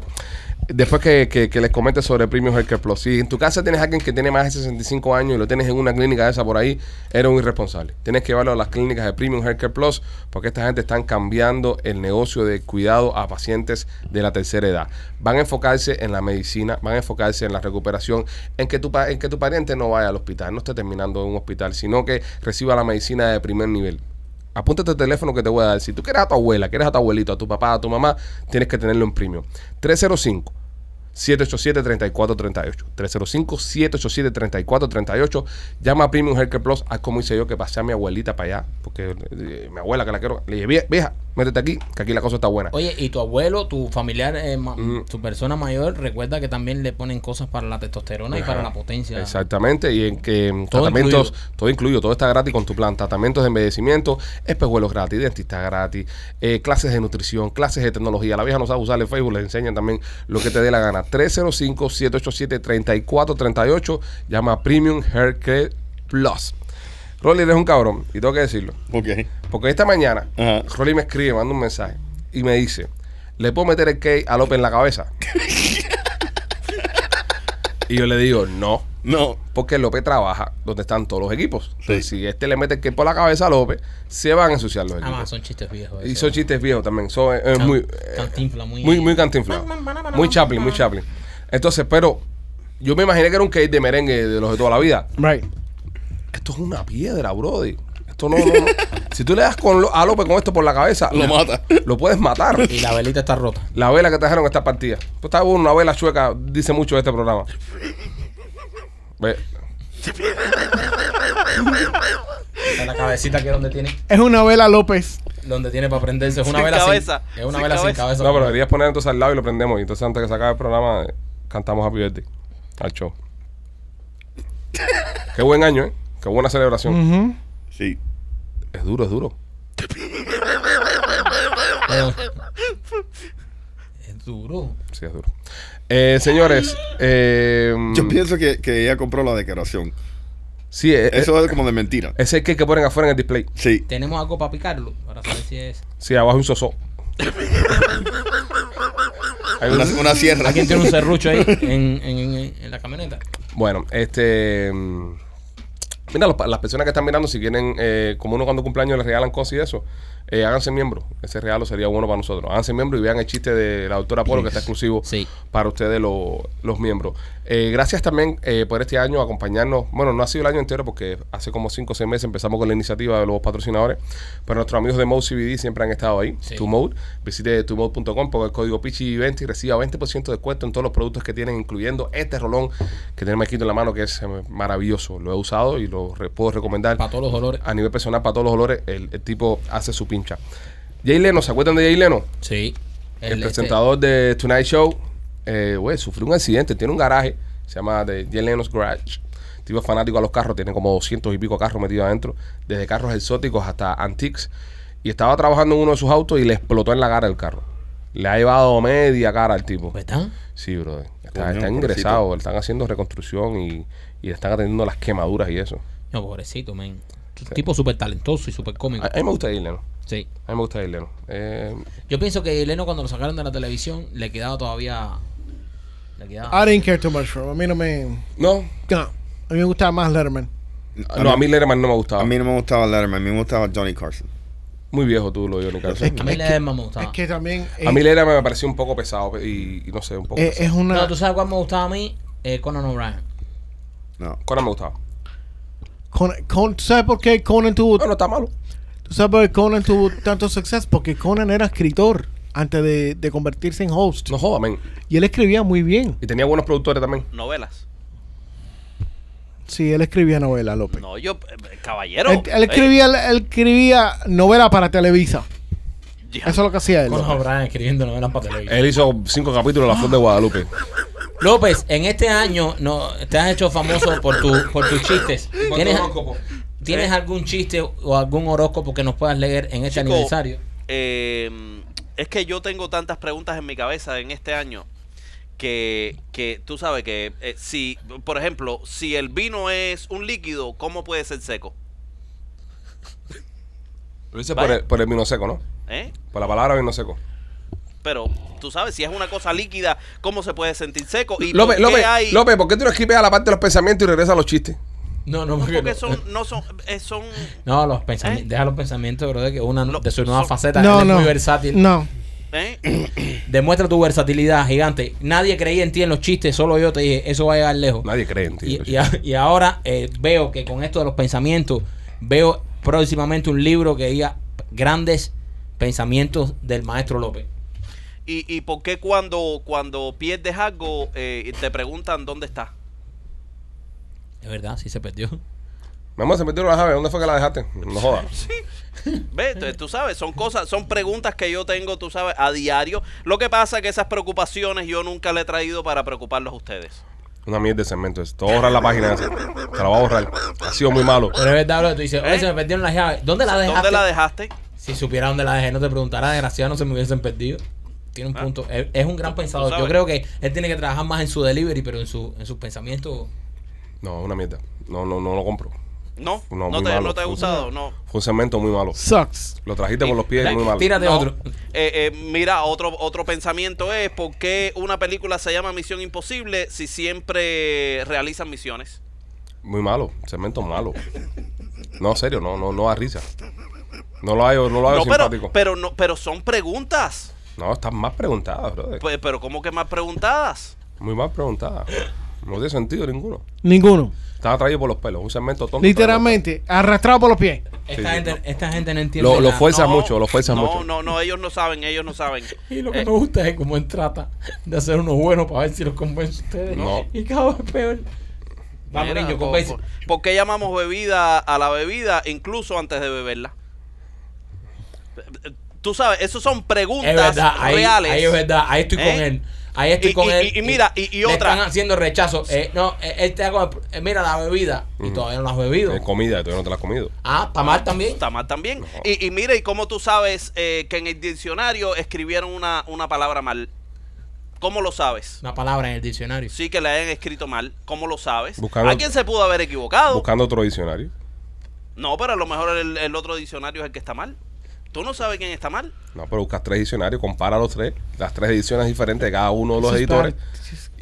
Después que, que- que les comente sobre Premium Healthcare Plus. Si en tu casa tienes a alguien que tiene más de 65 años y lo tienes en una clínica de esa por ahí, eres un irresponsable. Tienes que llevarlo a las clínicas de Premium Healthcare Plus porque esta gente están cambiando el negocio de cuidado a pacientes de la tercera edad. Van a enfocarse en la medicina, van a enfocarse en la recuperación, en que tu, pa- en que tu pariente no vaya al hospital, no esté terminando en un hospital, sino que reciba la medicina de primer nivel. Apúntate el teléfono que te voy a dar. Si tú quieres a tu abuela, quieres a tu abuelito, a tu papá, a tu mamá, tienes que tenerlo en premium. 305 787-3438. 305-787-3438. Llama a Premium Healthcare Plus. Haz como hice yo que pasé a mi abuelita para allá. Porque eh, mi abuela que la quiero. Le dije, "Vie- vieja, métete aquí, que aquí la cosa está buena.
Oye, y tu abuelo, tu familiar, eh, ma-
Mm.
tu persona mayor, recuerda que también le ponen cosas para la testosterona y para la potencia.
Exactamente, y en que mm,
Todo
tratamientos, todo incluido, todo está gratis con tu plan, tratamientos de embellecimiento, espejuelos gratis, dentista gratis, eh, clases de nutrición, clases de tecnología. La vieja no sabe usar el Facebook, les enseñan también lo que te dé la gana. 305-787-3438, llama a Premium Haircare Plus. Rolly, eres un cabrón, y tengo que decirlo.
Ok.
Porque esta mañana,
Ajá.
Rolly me escribe, me manda un mensaje y me dice: ¿Le puedo meter el cake a López en la cabeza? y yo le digo: No.
No.
Porque López trabaja donde están todos los equipos. Entonces, si este le mete el cake por la cabeza a López, se van a ensuciar los
Ah,
equipos.
más, son chistes viejos.
y
esos.
son chistes viejos también. Son eh, eh,
Can-
muy, eh,
cantinfla, muy-
muy, muy cantinflados. Muy Chaplin, muy Chaplin. Entonces, pero yo me imaginé que era un cake de merengue de los de toda la vida.
Right.
Esto es una piedra, Brody. Esto no. no, no. si tú le das con lo- a López con esto por la cabeza,
Lo mata.
Lo puedes matar.
Y la velita está rota.
La vela que trajeron esta partida. Pues está bueno, una vela chueca dice mucho de este programa. Ve.
Está la cabecita que es donde tiene,
Es una vela López.
donde tiene para prenderse. Es una
Sin
vela
cabeza,
sin Es una
sin
vela sin
cabeza.
cabeza.
No, pero deberías poner entonces al lado y lo prendemos. Y entonces antes que se acabe el programa, eh, cantamos Happy Birthday al show. Qué buen año, ¿eh? Qué buena celebración.
Mm.
Ujú.
Sí.
Es duro, es duro.
Pero- Es duro.
Sí, es duro. Eh, señores, eh,
Yo pienso que, que ella compró la declaración.
sí, eh, eh,
Eso es como de mentira.
ese es el que, que ponen afuera en el display.
Sí.
Tenemos algo para picarlo, para saber si es.
Sí, abajo hay un sosó. Hay un-
Una, una sierra.
Alguien tiene un serrucho ahí en, en- en- en la camioneta.
Bueno, este. mm, Mira, los pa- las personas que están mirando, si quieren, eh, como uno cuando cumpleaños les regalan cosas y eso, eh, háganse miembro. Ese regalo sería bueno para nosotros. Háganse miembro y vean el chiste de la doctora Polo, que está exclusivo
Sí.
para ustedes lo- los miembros. Eh, gracias también eh, por este año acompañarnos. Bueno, no ha sido el año entero porque hace como 5 o 6 meses empezamos con la iniciativa de los patrocinadores, pero nuestros amigos de Mode CBD siempre han estado ahí.
Sí.
Tu Mode, visite tumode.com, ponga el código PICHI20 y reciba 20% de descuento en todos los productos que tienen, incluyendo este rolón que tiene Maquito en la mano, que es eh, maravilloso. Lo he usado y lo re- puedo recomendar
Para todos los dolores.
a nivel personal para todos los olores. El, el tipo hace su pincha. Jay Leno, ¿se acuerdan de Jay Leno?
Sí.
El,
este-
presentador de Tonight Show, eh, güey, sufrió un accidente. Tiene un garaje, se llama The Jay Leno's Garage. Tipo fanático a los carros, tiene como 200 y pico carros metidos adentro, desde carros exóticos hasta antiques. Y estaba trabajando en uno de sus autos y le explotó en la cara el carro. Le ha llevado media cara al tipo.
¿Verdad?
Sí, brother. Está,
Coño,
está
pobrecito.
ingresado, le están haciendo reconstrucción y, y le están atendiendo las quemaduras y eso.
No, pobrecito, men. Tipo súper talentoso y súper cómico.
A,
Ah,
a mí me gusta Jay Leno.
Sí.
A mí me gusta Jay Leno. Eh,
Yo pienso que Leno cuando lo sacaron de la televisión le quedaba todavía. Le quedaba.
I didn't care too much for him. A mí no me.
no,
No. A mí me gustaba más Letterman.
no, a mí Letterman no me gustaba.
A mí no me gustaba Letterman, a mí me gustaba Johnny Carson.
Muy viejo tú, lo Johnny Carson.
a mí
es
le
que-
me gustaba.
Es que también.
A mí
eh,
Lera me pareció un poco pesado y, y no sé, un poco.
eh,
pesado.
es una.
No, tú sabes cuál me gustaba a mí. Eh, Conan O'Brien.
No.
Conan me gustaba.
Conan- Con- ¿Tú sabes por qué Conan tuvo,
No, no está malo.
¿tú sabes por qué Conan tuvo tanto suceso? Porque Conan era escritor antes de, de convertirse en host.
No joda, men.
Y él escribía muy bien.
Y tenía buenos productores también.
Novelas.
Sí, él escribía novela, López.
No, yo, eh, caballero.
Pues. él, él
eh,
escribía, él escribía novela para Televisa.
Eh, ya.
Eso es lo que hacía él.
Conan
López. Eh.
O'Brien escribiendo novelas para televisión.
Él hizo cinco capítulos de La Flor de Guadalupe.
López, en este año no, te has hecho famoso por, tu, por tus chistes. ¿Tienes, ¿Tienes algún chiste o algún horóscopo que nos puedas leer en este
Chico,
aniversario?
eh, es que yo tengo tantas preguntas en mi cabeza en este año que, que tú sabes que eh, si, por ejemplo, si el vino es un líquido, ¿cómo puede ser seco?
Lo hice
Vaya.
por el, por el vino seco, ¿no?
¿Eh?
Por la palabra vino seco.
Pero tú sabes, si es una cosa líquida, ¿cómo se puede sentir seco? ¿Y
López,
por qué
López,
hay-
López, ¿por qué tú no esquipeas la parte de los pensamientos y regresas a los chistes?
No, no, porque
Porque
no.
son, no son, eh, son,
No, los pensamientos,
¿Eh?
deja los pensamientos, bro, de que una
Lo-
de su nueva
son-
faceta él
No,
es
no.
muy versátil.
No.
¿eh?
Demuestra tu versatilidad, gigante. Nadie creía en ti en los chistes, solo yo te dije, eso va a llegar lejos.
Nadie cree en ti.
Y, y a- y ahora eh, veo que con esto de los pensamientos, veo próximamente un libro que diga grandes pensamientos del maestro López.
¿Y, y por qué cuando, cuando pierdes algo eh, te preguntan dónde está?
Es verdad, sí se perdió.
Mi amor, se metieron la llave. ¿Dónde fue que la dejaste? No jodas.
¿Ves? Tú- Tú sabes, son cosas, son preguntas que yo tengo, tú sabes, a diario. Lo que pasa es que esas preocupaciones yo nunca le he traído para preocuparlos a ustedes.
Una mierda de cemento. es. Te voy a borrar la página esa. Te la voy a borrar. Ha sido muy malo.
Pero es verdad, bro, tú dices, oye,
¿Eh?
se me perdieron las llaves. ¿Dónde las dejaste?
¿Dónde la dejaste?
Si supiera dónde la dejé, no te preguntara, desgraciado, no se me hubiesen perdido. Tiene un punto. Es, es un gran pensador. Yo
Ah. sabes.
creo que él tiene que trabajar más en su delivery, pero en su, en sus pensamientos.
No, una mierda. No, no, no lo compro.
No,
No,
no,
muy
te,
malo.
no te he usado, no.
Fue un cemento muy malo.
Sucks.
Lo trajiste por los pies muy malo.
Tírate
No.
otro.
Eh, eh, mira, otro, otro pensamiento es por qué una película se llama Misión Imposible si siempre realizan misiones.
Muy malo, cemento malo. No, en serio, no, no, no da risa. No lo hago, no lo hago
No,
simpático.
pero, pero no, pero son preguntas.
no, estás más preguntada, brother.
Pe- pero ¿cómo que más preguntadas?
Muy mal preguntada. No tiene sentido ninguno.
Ninguno.
Estaba traído por los pelos, un cemento tonto.
Literalmente, arrastrado por los pies.
Esta,
sí,
gente,
no.
esta gente no entiende.
Lo, lo
nada.
fuerzas
No,
mucho, lo fuerzas
no,
mucho.
No, no, ellos no saben, ellos no saben.
Y lo que
Eh,
me gusta es cómo él trata de hacer uno bueno para ver si los convence a ustedes.
No.
Y cada vez peor. Vamos,
mira,
niño,
po-
convence.
po- ¿Por qué llamamos bebida a la bebida incluso antes de beberla? Tú sabes, eso son
Es
preguntas
verdad, ahí,
reales.
ahí es verdad, ahí estoy con
¿Eh?
él. Ahí estoy
Y-
con
y-
él.
y- y mira, y- y
Le
otra.
están haciendo rechazo. Eh, no, eh, él te hago, eh, mira la bebida y
Mm.
todavía no la has bebido.
Es comida, todavía no te la has comido.
Ah, está mal también.
Está mal también. Y, y mira, ¿y cómo tú sabes eh, que en el diccionario escribieron una, una palabra mal? ¿Cómo lo sabes?
Una palabra en el diccionario.
Sí que la hayan escrito mal. ¿Cómo lo sabes?
Buscando-
¿A quién se pudo haber equivocado?
Buscando otro diccionario.
No, pero a lo mejor el, el otro diccionario es el que está mal. Tú no sabes quién está mal.
No, pero buscas tres diccionarios, compara los tres, las tres ediciones diferentes de cada uno de los
Eso es
editores.
para-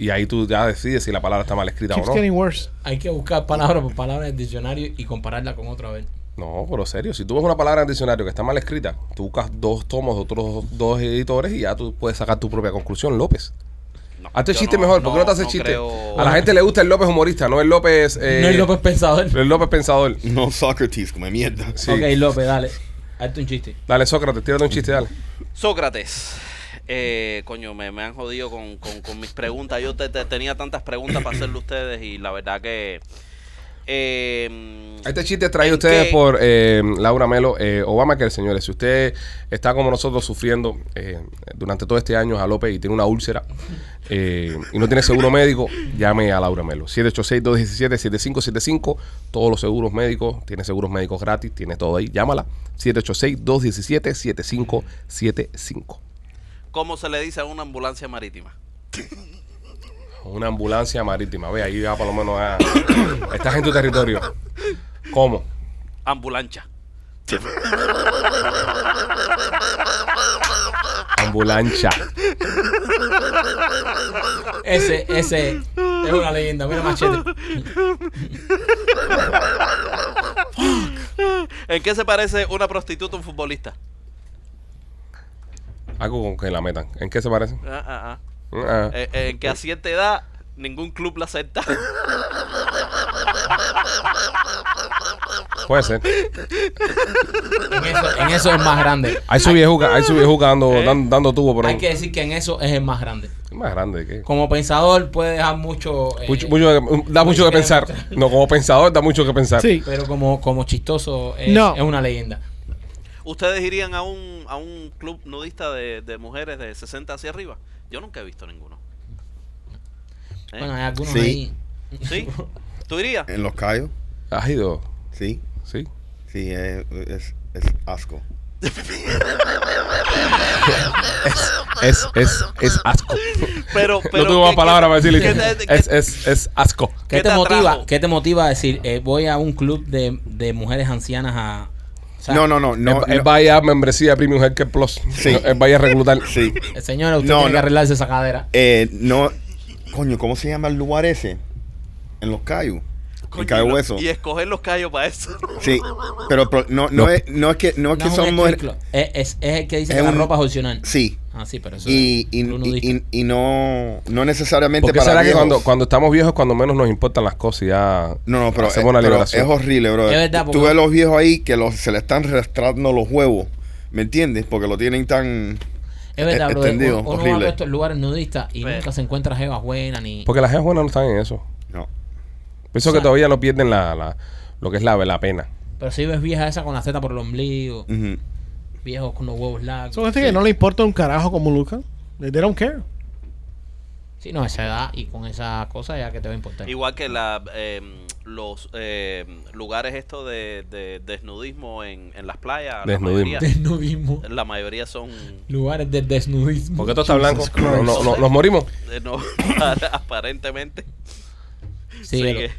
Y ahí tú ya decides si la palabra está mal escrita
Keeps
o no.
getting worse.
Hay que buscar palabra por palabra en el diccionario y compararla con otra vez.
No, pero serio, si tú ves una palabra en el diccionario que está mal escrita, tú buscas dos tomos de otros dos editores y ya tú puedes sacar tu propia conclusión, López.
No,
Hazte
yo
chiste
no-
mejor, ¿por qué no te haces
no
chiste?
creo-
A la gente le gusta el López humorista, no el López. eh,
no es López Pensador.
El López pensador.
No Socrates, come mierda.
Sí.
Ok, López, dale. Hazte un chiste.
Dale, Sócrates, tírate un chiste, dale.
Sócrates. Eh, coño, me, me han jodido con, con- con mis preguntas. Yo te- te- tenía tantas preguntas para hacerle a ustedes y la verdad que... eh,
Este chiste traído a
¿En
ustedes
qué?
por eh, Laura Melo, eh, Obamacare, señores. Si usted está como nosotros sufriendo eh, durante todo este año, López y tiene una úlcera eh, y no tiene seguro médico, llame a Laura Melo. 786-217-7575. Todos los seguros médicos, tiene seguros médicos gratis, tiene todo ahí. Llámala. 786-217-7575.
¿Cómo se le dice a una ambulancia marítima?
Una ambulancia marítima. Ve, ahí ya por lo menos ah, estás en tu territorio. ¿Cómo?
Ambulancha.
Ambulancia.
Ese, ese es una leyenda. Mira, machete.
¿En qué se parece una prostituta a un futbolista?
Algo con que la metan. ¿En qué se parece?
Ah, ah, ah.
Ah.
Eh, eh, en que a cierta edad ningún club la acepta.
Puede ser.
En eso, en eso es más grande.
Hay su viejuca, hay su viejuca dando, dan- dando tubo por
Hay
ahí.
que eh, decir que en eso es el más grande.
Más grande que.
Como pensador puede dejar mucho, eh,
Mucho- mucho- da mucho que pensar. No, como pensador da mucho que pensar.
Sí.
pero como, como chistoso es,
No.
es una leyenda.
¿Ustedes irían a un, a un club nudista de, de mujeres de 60 hacia arriba? Yo nunca he visto ninguno. ¿Eh?
Bueno, hay algunos
Sí.
ahí.
¿Sí? ¿Tú irías?
En los callos,
Has ido.
sí.
Sí.
Sí, es, es, es asco.
Es, es, es asco.
Pero, pero
no tengo más
¿qué-
palabras
qué-
para decirle.
qué te-
Es,
qué-
es, es asco.
¿Qué,
¿Qué
te,
te
motiva?
atrajo?
¿Qué te motiva a decir eh, voy a un club de, de mujeres ancianas a o sea,
No, no, no, no.
es, es
no.
vaya a membresía Premium Healthcare Plus.
Sí.
Es vaya a reclutar.
Sí.
eh, Señora, usted
No,
tiene que
no.
arreglarse esa cadera.
Eh, no. Coño, ¿cómo se llama el lugar ese? En los callos.
coño,
En Cayo
no,
Hueso.
Y escoger los callos para eso.
Sí. Pero, pro- no, no,
No.
Es, no es que, no
No
es que
es un
son
strip
mujeres.
club. Es, es- es el que dice
Es
que la
un-
ropa es opcional.
Sí.
Ah, sí, pero eso
Y, y,
es club nudista.
y, y- y no, no necesariamente
¿Por qué
para
será que
viejos.
cuando, cuando estamos viejos, cuando menos nos importan las cosas y ya
No, no, pero,
hacemos
eh,
una
pero
liberación?
es horrible, bro.
Es verdad,
Tú
porque-
ves los viejos ahí que los, se le están arrastrando los huevos. ¿Me entiendes? Porque lo tienen tan.
es verdad,
eh,
bro.
extendido,
uno, uno va a
horrible.
todos estos lugares nudistas y
Pero-
nunca se encuentra jevas buenas ni.
Porque las gente buenas no están en eso.
No.
Pienso
O sea-
que todavía no pierden la, la- lo que es la, la pena.
Pero si ves vieja esa con la zeta por el ombligo,
Ujú.
viejos con los huevos largos.
Son gente que no le importa un carajo como Luca. They don't care.
Sí, no, esa edad y con esas cosas ya que te va a importar.
Igual que la, eh, los eh, lugares estos de, de desnudismo en, en las playas. la
Desnudismo.
mayoría-
Desnudismo.
La mayoría son.
Lugares de desnudismo.
Porque todo está blanco.
Jesus
No,
Christ.
no, no- nos morimos.
eh, no, aparentemente.
Síguelo.
Sigue.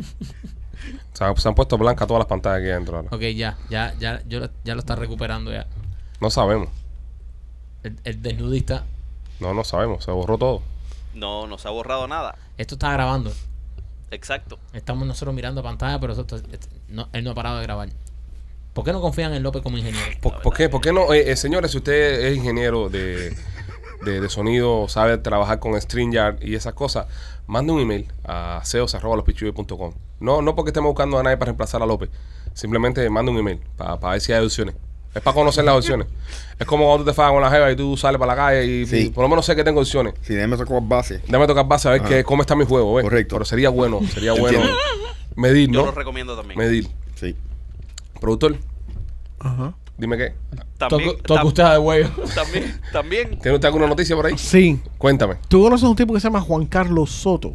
O sea, se han puesto blancas todas las pantallas aquí adentro ahora.
Ok, ya, ya, ya, yo lo- ya lo está recuperando ya.
No sabemos.
El, el desnudista.
No, no sabemos. Se borró todo.
No, no se ha borrado nada.
Esto está grabando.
Exacto.
Estamos nosotros mirando pantalla, pero eso está- est- no- él no ha parado de grabar. ¿Por qué no confían en López como ingeniero?
¿Por, por qué, por qué no? Eh, eh, señores, si usted es ingeniero de, de, de sonido, sabe trabajar con StreamYard y esas cosas, mande un email a ceos.com. No, no porque estemos buscando a nadie para reemplazar a López. Simplemente mande un email para ver si hay opciones. Es para conocer las opciones. Es como cuando tú te fagas con la jeva y tú sales para la calle y,
Sí.
y por lo menos sé que tengo opciones.
Sí, déjame tocar base.
Déjame tocar base a ver qué, cómo está mi juego. ¿ves?
Correcto.
Pero sería bueno, sería bueno
Entiendo.
medir,
Yo
¿no?
lo recomiendo también.
Medir.
Sí.
Productor,
Ajá.
Dime qué.
También,
Toca
tam-
usted de huevo.
también, también.
¿Tiene usted alguna noticia por ahí?
Sí.
Cuéntame.
Tú conoces un tipo que se llama Juan Carlos Soto.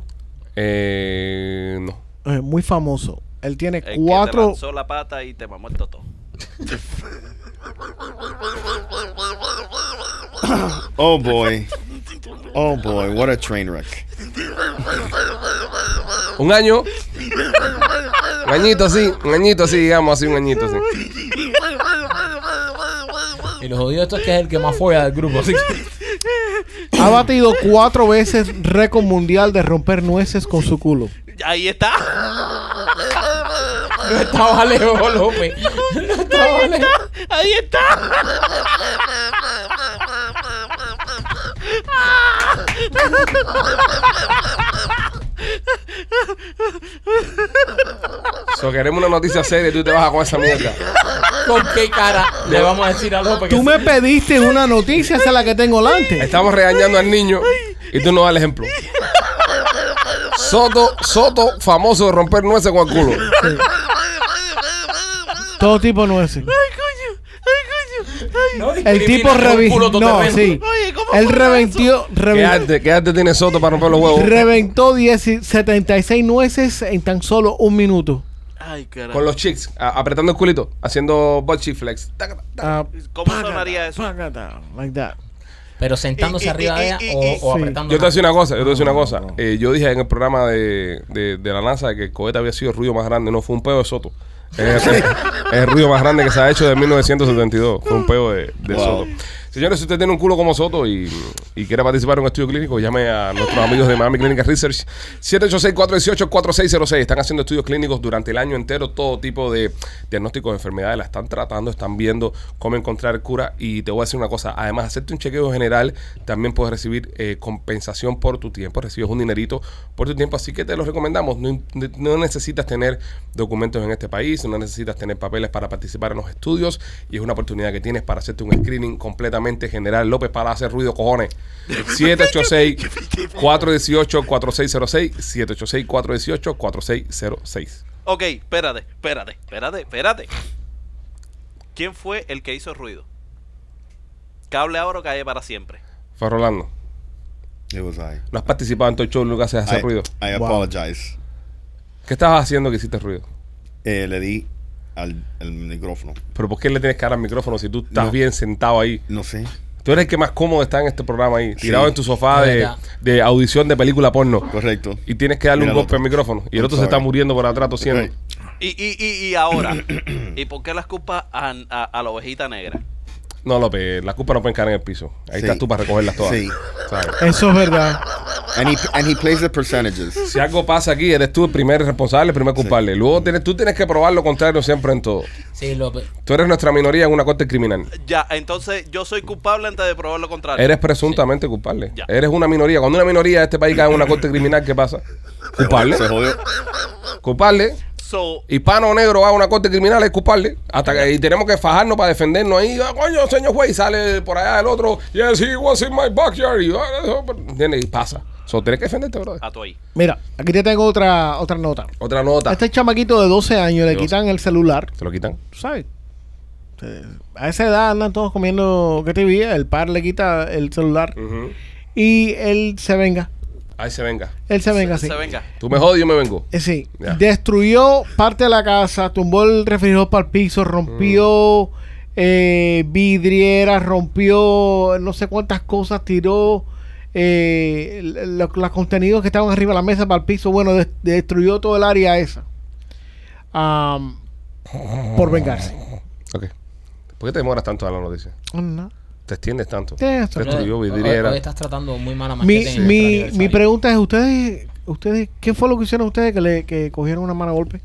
Eh, no.
Eh, muy famoso. Él tiene
El que te
cuatro.
lanzó la pata y te mamó el totó.
Oh boy. Oh boy, what a train wreck.
Un año. Un añito así. Un añito así, digamos así, un añito así.
Y lo jodido de esto es que es el que más folla del grupo. Así que-
Ha batido cuatro veces récord mundial de romper nueces con su culo.
Ahí está.
no estaba lejos, López. No estaba lejos.
Ahí está.
So, queremos una noticia seria y tú te bajas con esa mierda.
¿Con qué cara le vamos a decir a López? que
Tú
sí?
me pediste una noticia, esa es la que tengo delante.
Estamos regañando al niño y tú no das el ejemplo. Soto, Soto, famoso de romper nueces con el culo.
Todo tipo de nueces.
No,
El tipo
discrimina, es un culo
reventó. No,
totorreno.
sí.
Oye, ¿cómo
Él
fue
reventó,
¿Qué
reventó,
arte, qué arte tiene Soto para romper los huevos?
reventó 10 76 nueces en tan solo un minuto.
Ay, carajo.
Con los chicks, a- apretando el culito, haciendo bochy flex. Taca, taca.
Ah,
¿Cómo sonaría eso?
págata, like that.
Pero sentándose
Y- y-
arriba de ella
y- y-
o,
y-
o
sí.
apretando.
Yo te
la-
voy a decir una cosa, yo te voy a decir una cosa. Eh, yo dije en el programa de, de- de la NASA que el cohete había sido el ruido más grande, no fue un pedo de Soto. Es el, es el ruido más grande que se ha hecho desde 1972. Fue un pedo de, de
Wow.
Soto. Señores, si usted tiene un culo como Soto y, y quiere participar en un estudio clínico, llame a nuestros amigos de Miami Clinic Research 786-418-4606. Están haciendo estudios clínicos durante el año entero, todo tipo de diagnósticos de enfermedades, la están tratando, están viendo cómo encontrar cura. Y te voy a decir una cosa, además de hacerte un chequeo general, también puedes recibir eh, compensación por tu tiempo, recibes un dinerito por tu tiempo, así que te lo recomendamos. No, no necesitas tener documentos en este país, no necesitas tener papeles para participar en los estudios y es una oportunidad que tienes para hacerte un screening completamente general. López para hacer ruido, cojones. 786-418-4606. 786-418-4606.
Ok, espérate, espérate, espérate, espérate. ¿Quién fue el que hizo ruido? Cable ahora o calle para siempre.
Fue Rolando.
It was I.
No has participado en todo el show, lo que haces es hacer
I,
ruido.
I
Wow.
apologize.
¿Qué estabas haciendo que hiciste ruido?
Eh, le di al, al micrófono.
Pero ¿por qué le tienes que dar al micrófono si tú estás
No.
bien sentado ahí?
No sé.
Tú eres el que más cómodo está en este programa ahí, tirado
Sí.
en tu sofá
Es
de,
verdad.
de audición de película porno.
Correcto.
Y tienes que darle
Mira
un
el
golpe
otro.
al micrófono. Y el
I'm
otro se
sorry.
está muriendo por atrás tosiendo.
Right.
Y, y, y, y ahora, ¿y por qué las culpas a, a- a la ovejita negra?
No, López, las culpas no pueden caer en el piso. Ahí
Sí.
estás tú para recogerlas todas.
Sí.
¿Sabes?
Eso es verdad.
And he, and he plays the percentages.
Si algo pasa aquí, eres tú el primer responsable, el primer culpable. Luego tienes, tú tienes que probar lo contrario siempre en todo.
Sí, López.
Tú eres nuestra minoría en una corte criminal.
Ya, entonces yo soy culpable antes de probar lo contrario.
Eres presuntamente culpable.
Ya.
Eres una minoría. Cuando una minoría de este país cae en una corte criminal, ¿qué pasa? Culpable.
Se jodió.
Culpable.
So,
Hispano o negro va a una corte criminal, es culpable. Hasta que, y tenemos que fajarnos para defendernos ahí. Ah, coño, señor juez, y sale por allá el otro. Yes, he was in my backyard. Y, ah, eso, pero- ¿entiendes? Y pasa. So, tienes que defenderte, brother.
a tu ahí.
Mira, aquí te tengo otra, otra nota.
Otra nota.
A este chamaquito de 12 años le
Dios.
quitan el celular,
Se lo quitan.
tú ¿sabes? Eh, A esa edad andan todos comiendo que te vi, el par le quita el celular
Ujú.
y él se venga.
Ahí se venga.
Él se venga, sí.
Se venga.
Tú me jodes, yo me vengo.
Eh, sí.
Ya.
Destruyó parte de la casa, tumbó el refrigerador para el piso, rompió
Mm.
eh, vidrieras, rompió no sé cuántas cosas, tiró eh, l- lo- los contenidos que estaban arriba de la mesa para el piso. Bueno, des- destruyó todo el área esa. Am, por vengarse.
Ok. ¿Por qué te demoras tanto a la noticia?
No.
Te extiendes tanto.
Sí, eso
Te
no es.
destruyó
Hoy-
vidriera.
eh, Hoy estás tratando muy mal a
Mi,
Machete en nuestro
mi,
aniversario.
mi pregunta es, ¿ustedes, ustedes, ¿qué fue lo que hicieron ustedes que le que cogieron una mano a golpe?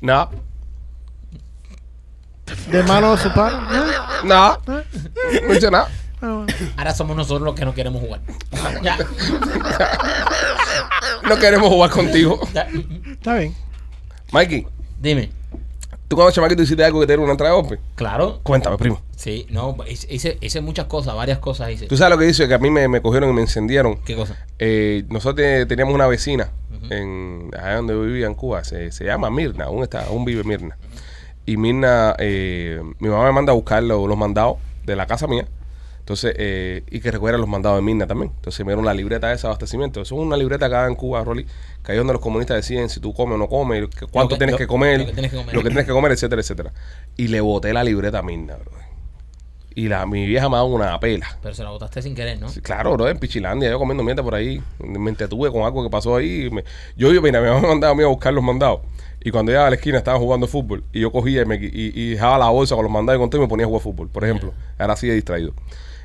No,
¿De mano de su padre? ¿No?
no, no hice nada.
Ah, bueno.
Ahora somos nosotros los que no queremos jugar. Ya,
No queremos jugar contigo.
ya.
Está bien.
Mikey,
Dime.
tú cuando chamaquito hiciste algo que te dieron una entrada de golpe.
Claro.
Cuéntame, primo.
Sí, no, hice, hice- hice muchas cosas, varias cosas hice.
Tú sabes lo que dice, que a mí me, me cogieron y me encendieron.
¿Qué cosa?
Eh, nosotros te- teníamos una vecina en allá donde yo vivía en Cuba, se, se llama Mirna, aún está, aún vive Mirna. y Mirna, eh, mi mamá me manda a buscar lo- los mandados de la casa mía. Entonces, eh, y que recuerda los mandados de Mirna también. Entonces me dieron la libreta de desabastecimiento. Eso es una libreta acá en Cuba, Rolly, que ahí es donde los comunistas deciden si tú comes o no comes, que- cuánto
que-
tienes,
lo-
que comer,
lo que tienes que comer.
lo que tienes que comer, etcétera, etcétera. Y le boté la libreta a Mirna, bro. Y la, mi vieja me ha dado una pela.
Pero se la botaste sin querer, ¿no?
Sí, Claro, bro, en Pichilandia, yo comiendo mierda por ahí. Me entretuve con algo que pasó ahí. y me- yo, yo, mira, mi mamá me mandaba a mí a buscar los mandados. Y cuando llegaba a la esquina estaba jugando fútbol. Y yo cogía y, me, qui- y, y dejaba la bolsa con los mandados y con todo y me ponía a jugar fútbol, por ejemplo. Ahora sí he distraído.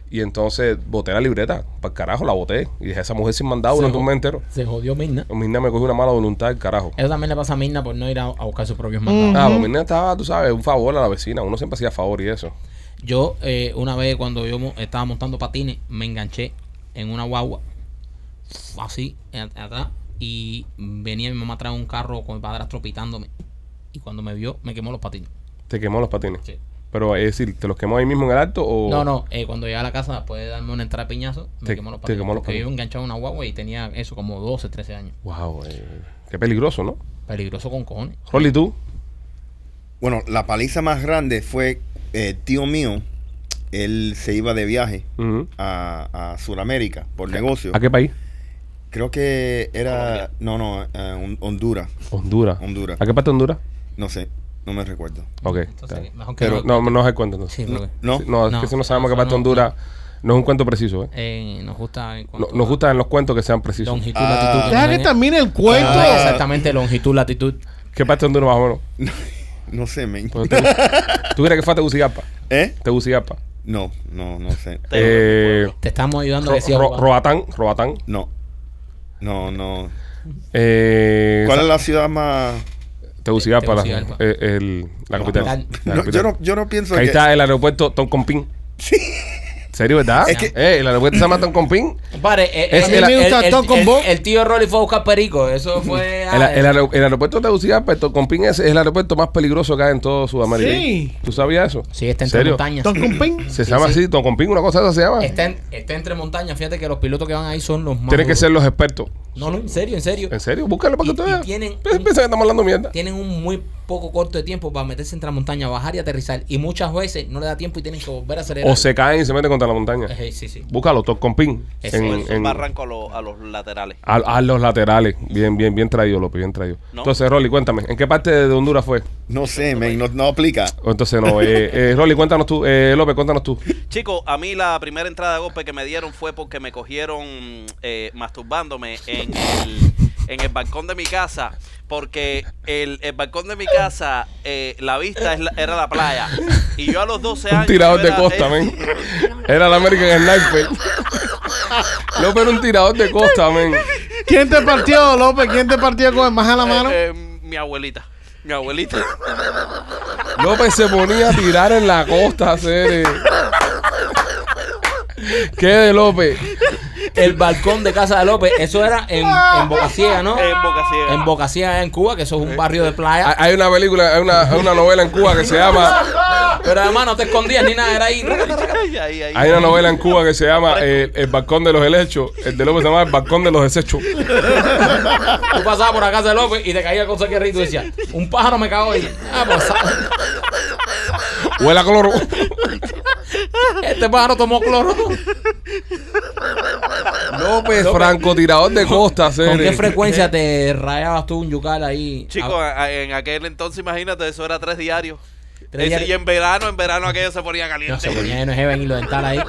Y entonces boté la libreta. Para carajo, la boté. Y dejé a esa mujer sin mandado durante un mes entero.
Se jodió Mirna.
Mirna me cogió una mala voluntad, el carajo.
Eso también le pasa a Mirna por no ir a, a buscar sus propios
Mm.
mandados.
Ah, pues Mirna estaba, tú sabes, un favor a la vecina. Uno siempre hacía favor y eso.
Yo, eh, una vez cuando yo mo- estaba montando patines, me enganché en una guagua, así, en- atrás, y venía mi mamá trae un carro con mi padrastro pitándome. Y cuando me vio, me quemó los patines.
Te quemó los patines.
Sí.
Pero es decir, ¿te los quemó ahí mismo en el alto o...?
No, no, eh, cuando llegué a la casa, después de darme una entrada de piñazo,
Oh.
me
Te-
quemó los
te
patines.
quemó los
porque
patines.
yo iba enganchado en una guagua y tenía eso como 12, 13 años.
Wow, eh, qué peligroso, ¿no?
Peligroso con cojones.
Rolly, ¿tú?
Bueno, la paliza más grande fue eh, tío mío. Él se iba de viaje
Ujú.
a, a Sudamérica por negocio.
¿A qué país?
Creo que era. No, no, eh, Hon- Honduras.
Honduras.
Honduras.
¿A qué parte de Honduras?
No sé, no me recuerdo.
Ok.
Entonces,
está bien.
mejor que
Pero no,
no.
no nos hay cuento entonces.
Sí, porque
No,
Sí, no, es
No,
que si no sabemos qué
eso
parte de
no-
Honduras, no es un cuento preciso, ¿eh?
eh, nos gusta en
No-
cuanto
nos
a
gustan los cuentos que sean precisos.
longitud,
Ah.
latitud.
Deja que
no-
termine el cuento.
Ah, exactamente, longitud, latitud.
¿Qué parte de Honduras más o menos?
no sé, men.
Pues, ¿Tú, tú crees que fue a Tegucigalpa?
¿Eh?
Tegucigalpa.
No, no, no sé.
Eh,
Te estamos ayudando a
Ro-
decir.
Ro- Roatán, Roatán.
No. No, no.
Eh,
¿Cuál es la ciudad más.?
Tegucigalpa, la,
Tegucigalpa.
eh, el- la
No,
capital.
no.
La
No, yo,
capital.
no, yo no pienso
Ahí
que.
está el aeropuerto Toncompín. Sí. ¿Serio, verdad?
Es que-
Eh, el aeropuerto se llama Toncompín.
Compadre, eh,
Es
eh,
el-
el,
gusta
el-
Tom con
el-
Bob.
el tío Rolly fue a buscar perico. Eso fue.
El,
ah,
el aer- el aeropuerto de Tegucigalpa, pues, el Tocompín, es, es el aeropuerto más peligroso que hay en todo Sudamérica.
Sí.
¿Tú sabías eso?
sí, está entre
¿Serio?
montañas.
Don Cumpín.
Se
Sí,
llama
sí.
así, Tocompín, una cosa esa se llama.
Está, en- está entre montañas. Fíjate que los pilotos que van ahí son los más.
Tienen que
duros.
ser los expertos.
No, no, en serio, en serio.
¿En serio? Búscalo para
Y-
que tú
y
veas.
tienen-
Piensa piensa que estamos hablando mierda.
Tienen un muy poco corto de tiempo para meterse entre montañas, bajar y aterrizar. Y muchas veces no le da tiempo y tienen que volver a acelerar.
O se caen y se meten contra la montaña.
Eh, Sí, sí.
Búscalo, Tocompín.
Eso
En,
es un
en-
barranco a, lo- a los laterales.
a, a los laterales. Bien, bien, bien traído, López, bien traído.
No.
Entonces, Rolly, cuéntame, ¿en qué parte de Honduras fue?
No sé, men. No, no aplica.
O Entonces, no. eh, eh, Rolly, cuéntanos tú. Eh, López, cuéntanos tú.
Chicos, a mí la primera entrada de golpe que me dieron fue porque me cogieron eh, masturbándome en el, en el balcón de mi casa. Porque el, el balcón de mi casa, eh, la vista es la- era la playa. Y yo a los 12 años.
Un tirador
yo
de
era-
costa,
eh,
men. Era el American Sniper. López era un tirador de costa, men.
¿Quién te partió, López? ¿Quién te partió con el más a la
eh,
mano?
eh, mi abuelita. Mi abuelita.
López se ponía a tirar en la costa, serio. ¿Qué de López?
El balcón de Casa de López, eso era en, en Boca Ciega, ¿no?
En Boca Ciega.
En Boca Ciega, en Cuba, que eso es un barrio de playa.
Ha- Hay una película, hay una, hay una novela en Cuba que se llama.
Pero además no te escondías ni nada, era ahí.
Ay, ay, ay.
Hay una novela en Cuba que se llama eh, El, balcón de los helechos. El de López se llama El balcón de los desechos.
Tú pasabas por la casa de López y te caía cosa que rito y decías, un pájaro me cagó ahí. Ah, pues,
Huele a cloro.
este pájaro tomó cloro.
López, franco, tirador de costa,
¿Con qué
serio.
frecuencia te rayabas tú un yucal ahí? Ah,
Chicos,
Ah.
a- a- en aquel entonces, imagínate, eso era tres diarios.
Tres
Ese-
diarios.
Y en verano, en verano aquello se ponía
No
caliente.
se ponía en Heaven y lo dental ahí.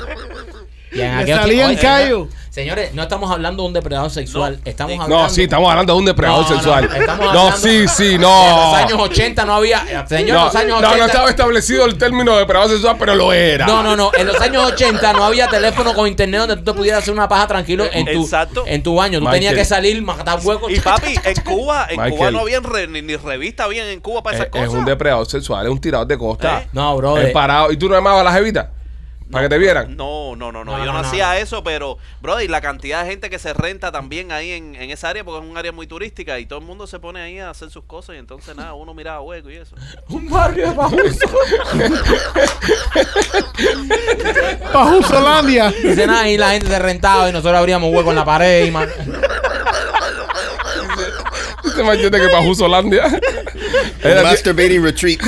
Y en
Le
aquel
salía en callo.
Señores, no estamos hablando de un depredador sexual.
No.
Estamos
No,
hablando.
No, sí, estamos hablando de un depredador
No, no,
sexual.
estamos
No,
hablando-
sí, sí,
En
no.
los años 80 no había. Señor, en
No,
los años
no, no
80.
estaba establecido el término depredador sexual, pero lo era.
No, no, no. En los años 80 no había teléfono con internet donde tú te pudieras hacer una paja tranquilo en tu,
Exacto.
en tu baño. Tú
Michael.
tenías que salir, matar huecos.
Y papi, en Cuba, en Cuba
Michael.
no había re- ni, ni revista bien en Cuba para
Es,
esas
Eh, es
cosas.
un depredador sexual, es un tirador de costa.
¿Eh?
No, bro.
Es parado. ¿Y tú no llamabas a la jevita? Para que te vieran.
No, no, no,
No,
no, yo
no,
no,
no,
hacía
no.
eso, pero, brother, la cantidad de gente que se renta también ahí en, en esa área, porque es un área muy turística y todo el mundo se pone ahí a hacer sus cosas y entonces nada, uno miraba hueco y eso.
Un barrio de babosos.
Pajusolandia.
Dice nada, y la gente se rentaba y nosotros abríamos hueco en la pared. Y man-
Este machete que para Holandia. Era-
Masturbating retreat.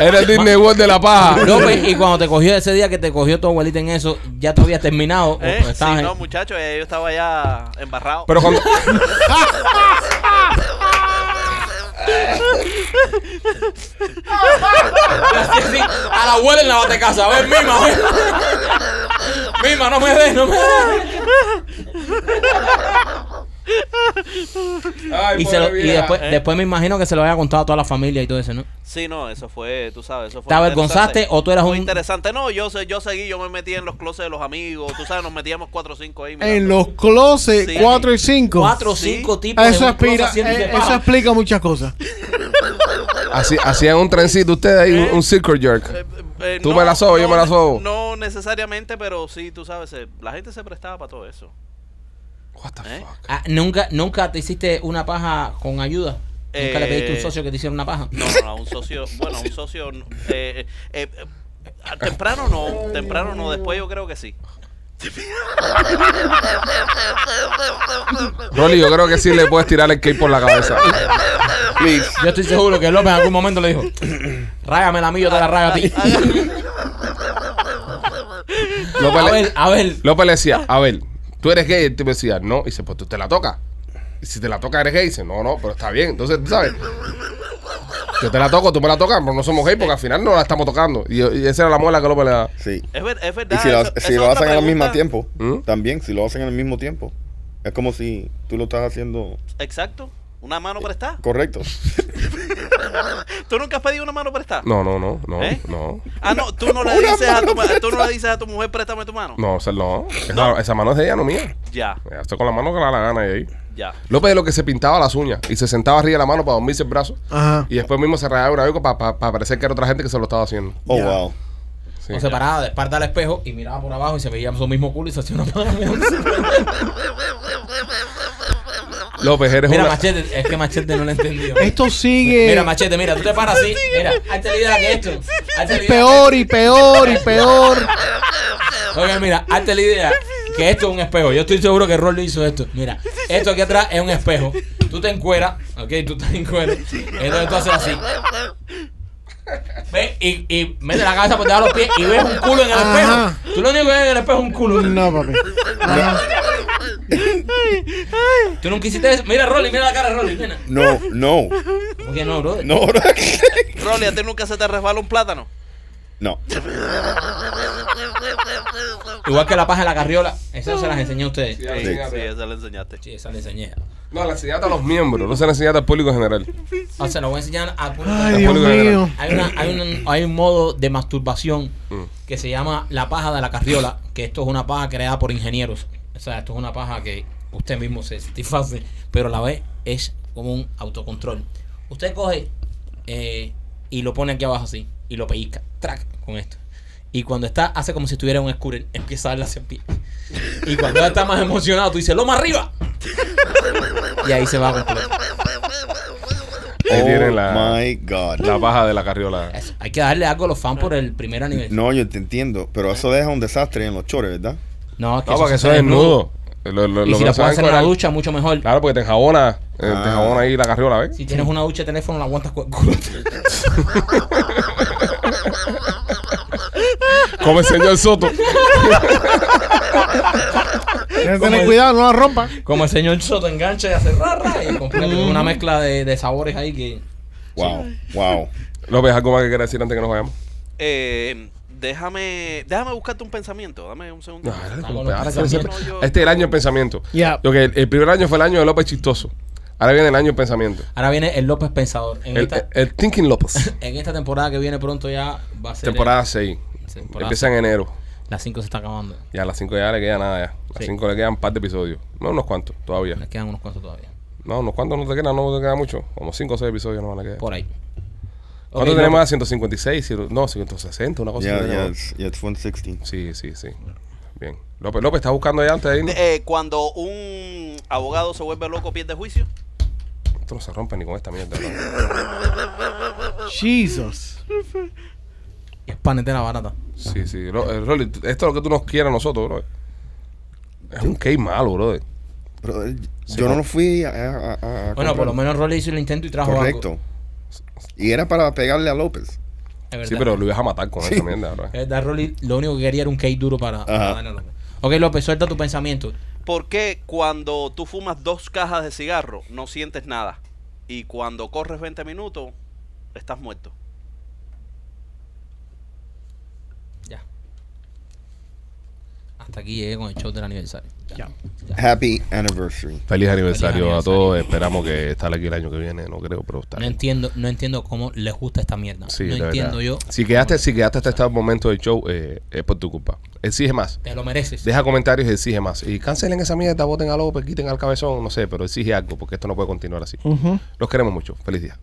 Era el Disney World de la paja.
López, pues, y cuando te cogió ese día que te cogió tu abuelita en eso, ya te habías terminado. o
Eh,
estabas
sí,
en-
no, muchachos, eh, yo estaba ya embarrado.
Pero cuando.
Sí, sí, a la abuela en la batecasa. A ver, mima, a ver. Mima, no me des, no me des.
Ay,
Y, se
pobre
lo- y
vieja.
después,
¿eh?
después me imagino que se lo había contado a toda la familia y todo eso, ¿no?
Sí, no, eso fue, tú sabes, eso fue.
¿Te avergonzaste
interesante.
o tú eras
Fue
un.?
interesante, no, yo sé, yo seguí, yo me metí en los closets de los amigos, tú sabes, nos metíamos cuatro o cinco ahí.
En
mirando.
los closets
Sí.
4 y 5.
eh. Cuatro o
Sí.
cinco tipos.
Ah, Eso,
de un closet
aspira-
haciendo Ah,
eh,
ese
eso
paro.
explica muchas cosas.
Así- hacían un trencito ustedes ahí, un, un circle jerk.
Eh, eh,
Tú me la sobo, yo me la sobo.
No necesariamente, pero sí, tú sabes, eh, la gente se prestaba para todo eso.
What the
¿Eh?
fuck?
Ah, ¿nunca, ¿Nunca te hiciste una paja con ayuda? ¿Nunca le
Eh,
pediste a un socio que te hiciera una paja?
No, no, no, un socio, bueno, un socio, eh, eh, eh, eh, a- temprano no, temprano no, después yo creo que sí.
Rolly, yo creo que sí le puedes tirar el cake por la cabeza.
Please.
Yo estoy seguro que López en algún momento le dijo: Rágame la mía, yo te la rayo a ti.
López,
A
le-
ver, a ver.
López le decía, a ver, tú eres gay. El tipo decía, no. Y dice, pues tú te la tocas. Y si te la toca, eres gay. Dice, no, no, pero está bien. Entonces, tú sabes. Yo te la toco, tú me la tocas, pero no somos gay porque al final no la estamos tocando. Y, y esa era la muela que López le daba.
Sí.
Es, ver- es verdad.
Y si lo,
eso-
si
esa
lo
otra
hacen al mismo
pregunta-
tiempo,
¿Mm?
también, si lo hacen al mismo tiempo, es como si tú lo estás haciendo
Exacto, una
Eh,
mano prestada.
correcto.
¿Tú nunca has pedido una mano prestada?
No, no, no, no,
¿Eh?
no.
Ah, no, tú no le
Una
dices a tu,
mano
ma- tú no le dices a tu mujer, préstame tu mano.
No, o sea, no. Esa, esa mano es de ella, no mía.
Ya,
Ya, Estoy con la mano que le da la gana y ahí.
ya.
López es lo que se pintaba las uñas y se sentaba arriba de la mano para dormirse el brazo.
Ajá.
Y después mismo se rayaba una yuca para parecer que era otra gente que se lo estaba haciendo.
Oh,
Ya.
wow.
Sí.
O se paraba de espalda al espejo y miraba por abajo y se veía su mismo culo y se hacía una paja.
López, eres
Mira,
una...
Machete, es que Machete no lo entendió.
Esto sigue
Mira, Machete, mira, tú te paras así. Mira, hazte la idea que esto. hazte la idea
peor y peor y peor.
que- Oye, mira, hazte la idea que esto es un espejo. Yo estoy seguro que Rolly hizo esto. Mira, esto aquí atrás es un espejo. Tú te encueras, ok, tú te encueras. Entonces tú haces así. Ve y, y mete la cabeza por debajo de los pies y ves un culo en el
Ajá.
espejo. Tú lo único que ves en el espejo es un culo.
No, papi.
Tú nunca hiciste eso. Mira, Rolly, mira la cara de Rolly. Mira.
No, no,
¿Por qué no, brother?
no.
Rolly, ¿a ti nunca se te resbala un plátano?
No.
Igual que la paja en la carriola. Eso se las enseñé a ustedes.
Sí.
Sí, sí,
Sí.
esa le enseñaste.
Sí, esa la enseñé.
No, la enseñaste a los miembros, no se la enseñaste al público en general.
O sea, lo voy a enseñar a puro-
Ay, Dios mío.
Hay, una- hay un, hay un modo de masturbación
Mm.
que se llama la paja de la carriola, que esto es una paja creada por ingenieros. O sea, esto es una paja que usted mismo se satisface, pero a la vez es como un autocontrol. Usted coge eh, y lo pone aquí abajo así, y lo pellizca, track, con esto. Y cuando está, hace como si estuviera en un scooter, empieza a darle hacia el pie. Y cuando ya está más emocionado, tú dices, ¡Loma arriba! Y ahí se va completo.
Ahí
Oh,
tienen la,
my God.
la paja de la carriola.
Eso, Hay que darle algo a los fans por el primer aniversario.
No, yo te entiendo, pero eso deja un desastre en los chores, ¿verdad?
No, es
No, porque
se
eso es
hace
desnudo. Lo, lo-
Y
lo
si
que
la
no se
puedes hacer en
va a
la
encuadrar-
ducha, mucho mejor.
Claro, porque te enjabona, eh, te
Ah.
enjabona ahí la carriola, ¿ves?
Si tienes una ducha de teléfono, la aguantas con el culo.
Como el señor Soto.
Tienes que tener cuidado, no la rompa.
Como el señor Soto engancha y hace rara. Y completo,
Mm.
una mezcla de, de sabores ahí que.
Wow, wow.
López, ¿algo más que quieras decir antes que nos vayamos?
Eh, déjame, déjame buscarte un pensamiento, dame un segundo.
No, ahora
Estamos
como-
los
ahora
pensamientos.
siempre- Este es el año del pensamiento.
Ya.
Lo que el, el primer año fue el año de López chistoso. Ahora viene el año del pensamiento.
Ahora viene el López Pensador. En,
El, eh,
esta,
el Thinking López.
en esta temporada que viene pronto ya va a ser.
Temporada 6.
Temporada
Empieza en enero.
Las 5 se está acabando.
Ya a las 5 ya le queda nada ya. A
Sí.
las 5 le quedan un par de episodios. No unos cuantos todavía.
Nos quedan unos cuantos todavía.
No, unos cuantos no te quedan, no te queda mucho. Como 5 o 6 episodios no van a quedar.
Por ahí.
¿Cuánto
Ok, pues.
tenemos?
López.
más? 156, ciento- no, 160, una cosa
Ya,
así,
ya,
¿no?
it's- ya, it's 116.
Sí, sí, sí. Bien. López, López, ¿estás buscando allá antes de irnos?
Eh, cuando un abogado se vuelve loco, pierde juicio.
Esto no se rompe ni con esta mierda. ¿no?
Jesus.
Es panetera barata.
Sí, sí. Ro- eh, Rolly, esto es lo que tú nos quieras a nosotros, bro. Es un case malo, bro.
Pero eh,
Sí,
yo no
no.
lo fui a, a- a- a
Bueno, por
comprar.
lo menos Rolly hizo el intento y trajo
Correcto.
algo.
Y era para pegarle a López.
Es verdad.
Sí, pero lo ibas a matar con esa mierda, bro.
Es verdad, Rolly lo único que quería era un cake duro para, para
Ajá.
darle a López. Ok, López, suelta tu pensamiento.
¿Por qué cuando tú fumas dos cajas de cigarro no sientes nada? Y cuando corres 20 minutos, estás muerto.
Ya. Hasta aquí llegué con el show del aniversario. Ya.
Ya.
Happy anniversary.
Feliz aniversario
Feliz
a todos. Esperamos que estar aquí el año que viene, no creo, pero estar.
No entiendo, no entiendo cómo les gusta esta mierda.
Sí,
no
de
entiendo
verdad.
yo.
Si quedaste, si quedaste hasta este momento del show, eh, es por tu culpa. Exige más.
Te lo mereces.
Deja comentarios y exige más. Y cancelen esa mierda, voten a López, quiten al cabezón, no sé, pero exige algo, porque esto no puede continuar así.
Ujú.
Los queremos mucho. Feliz día.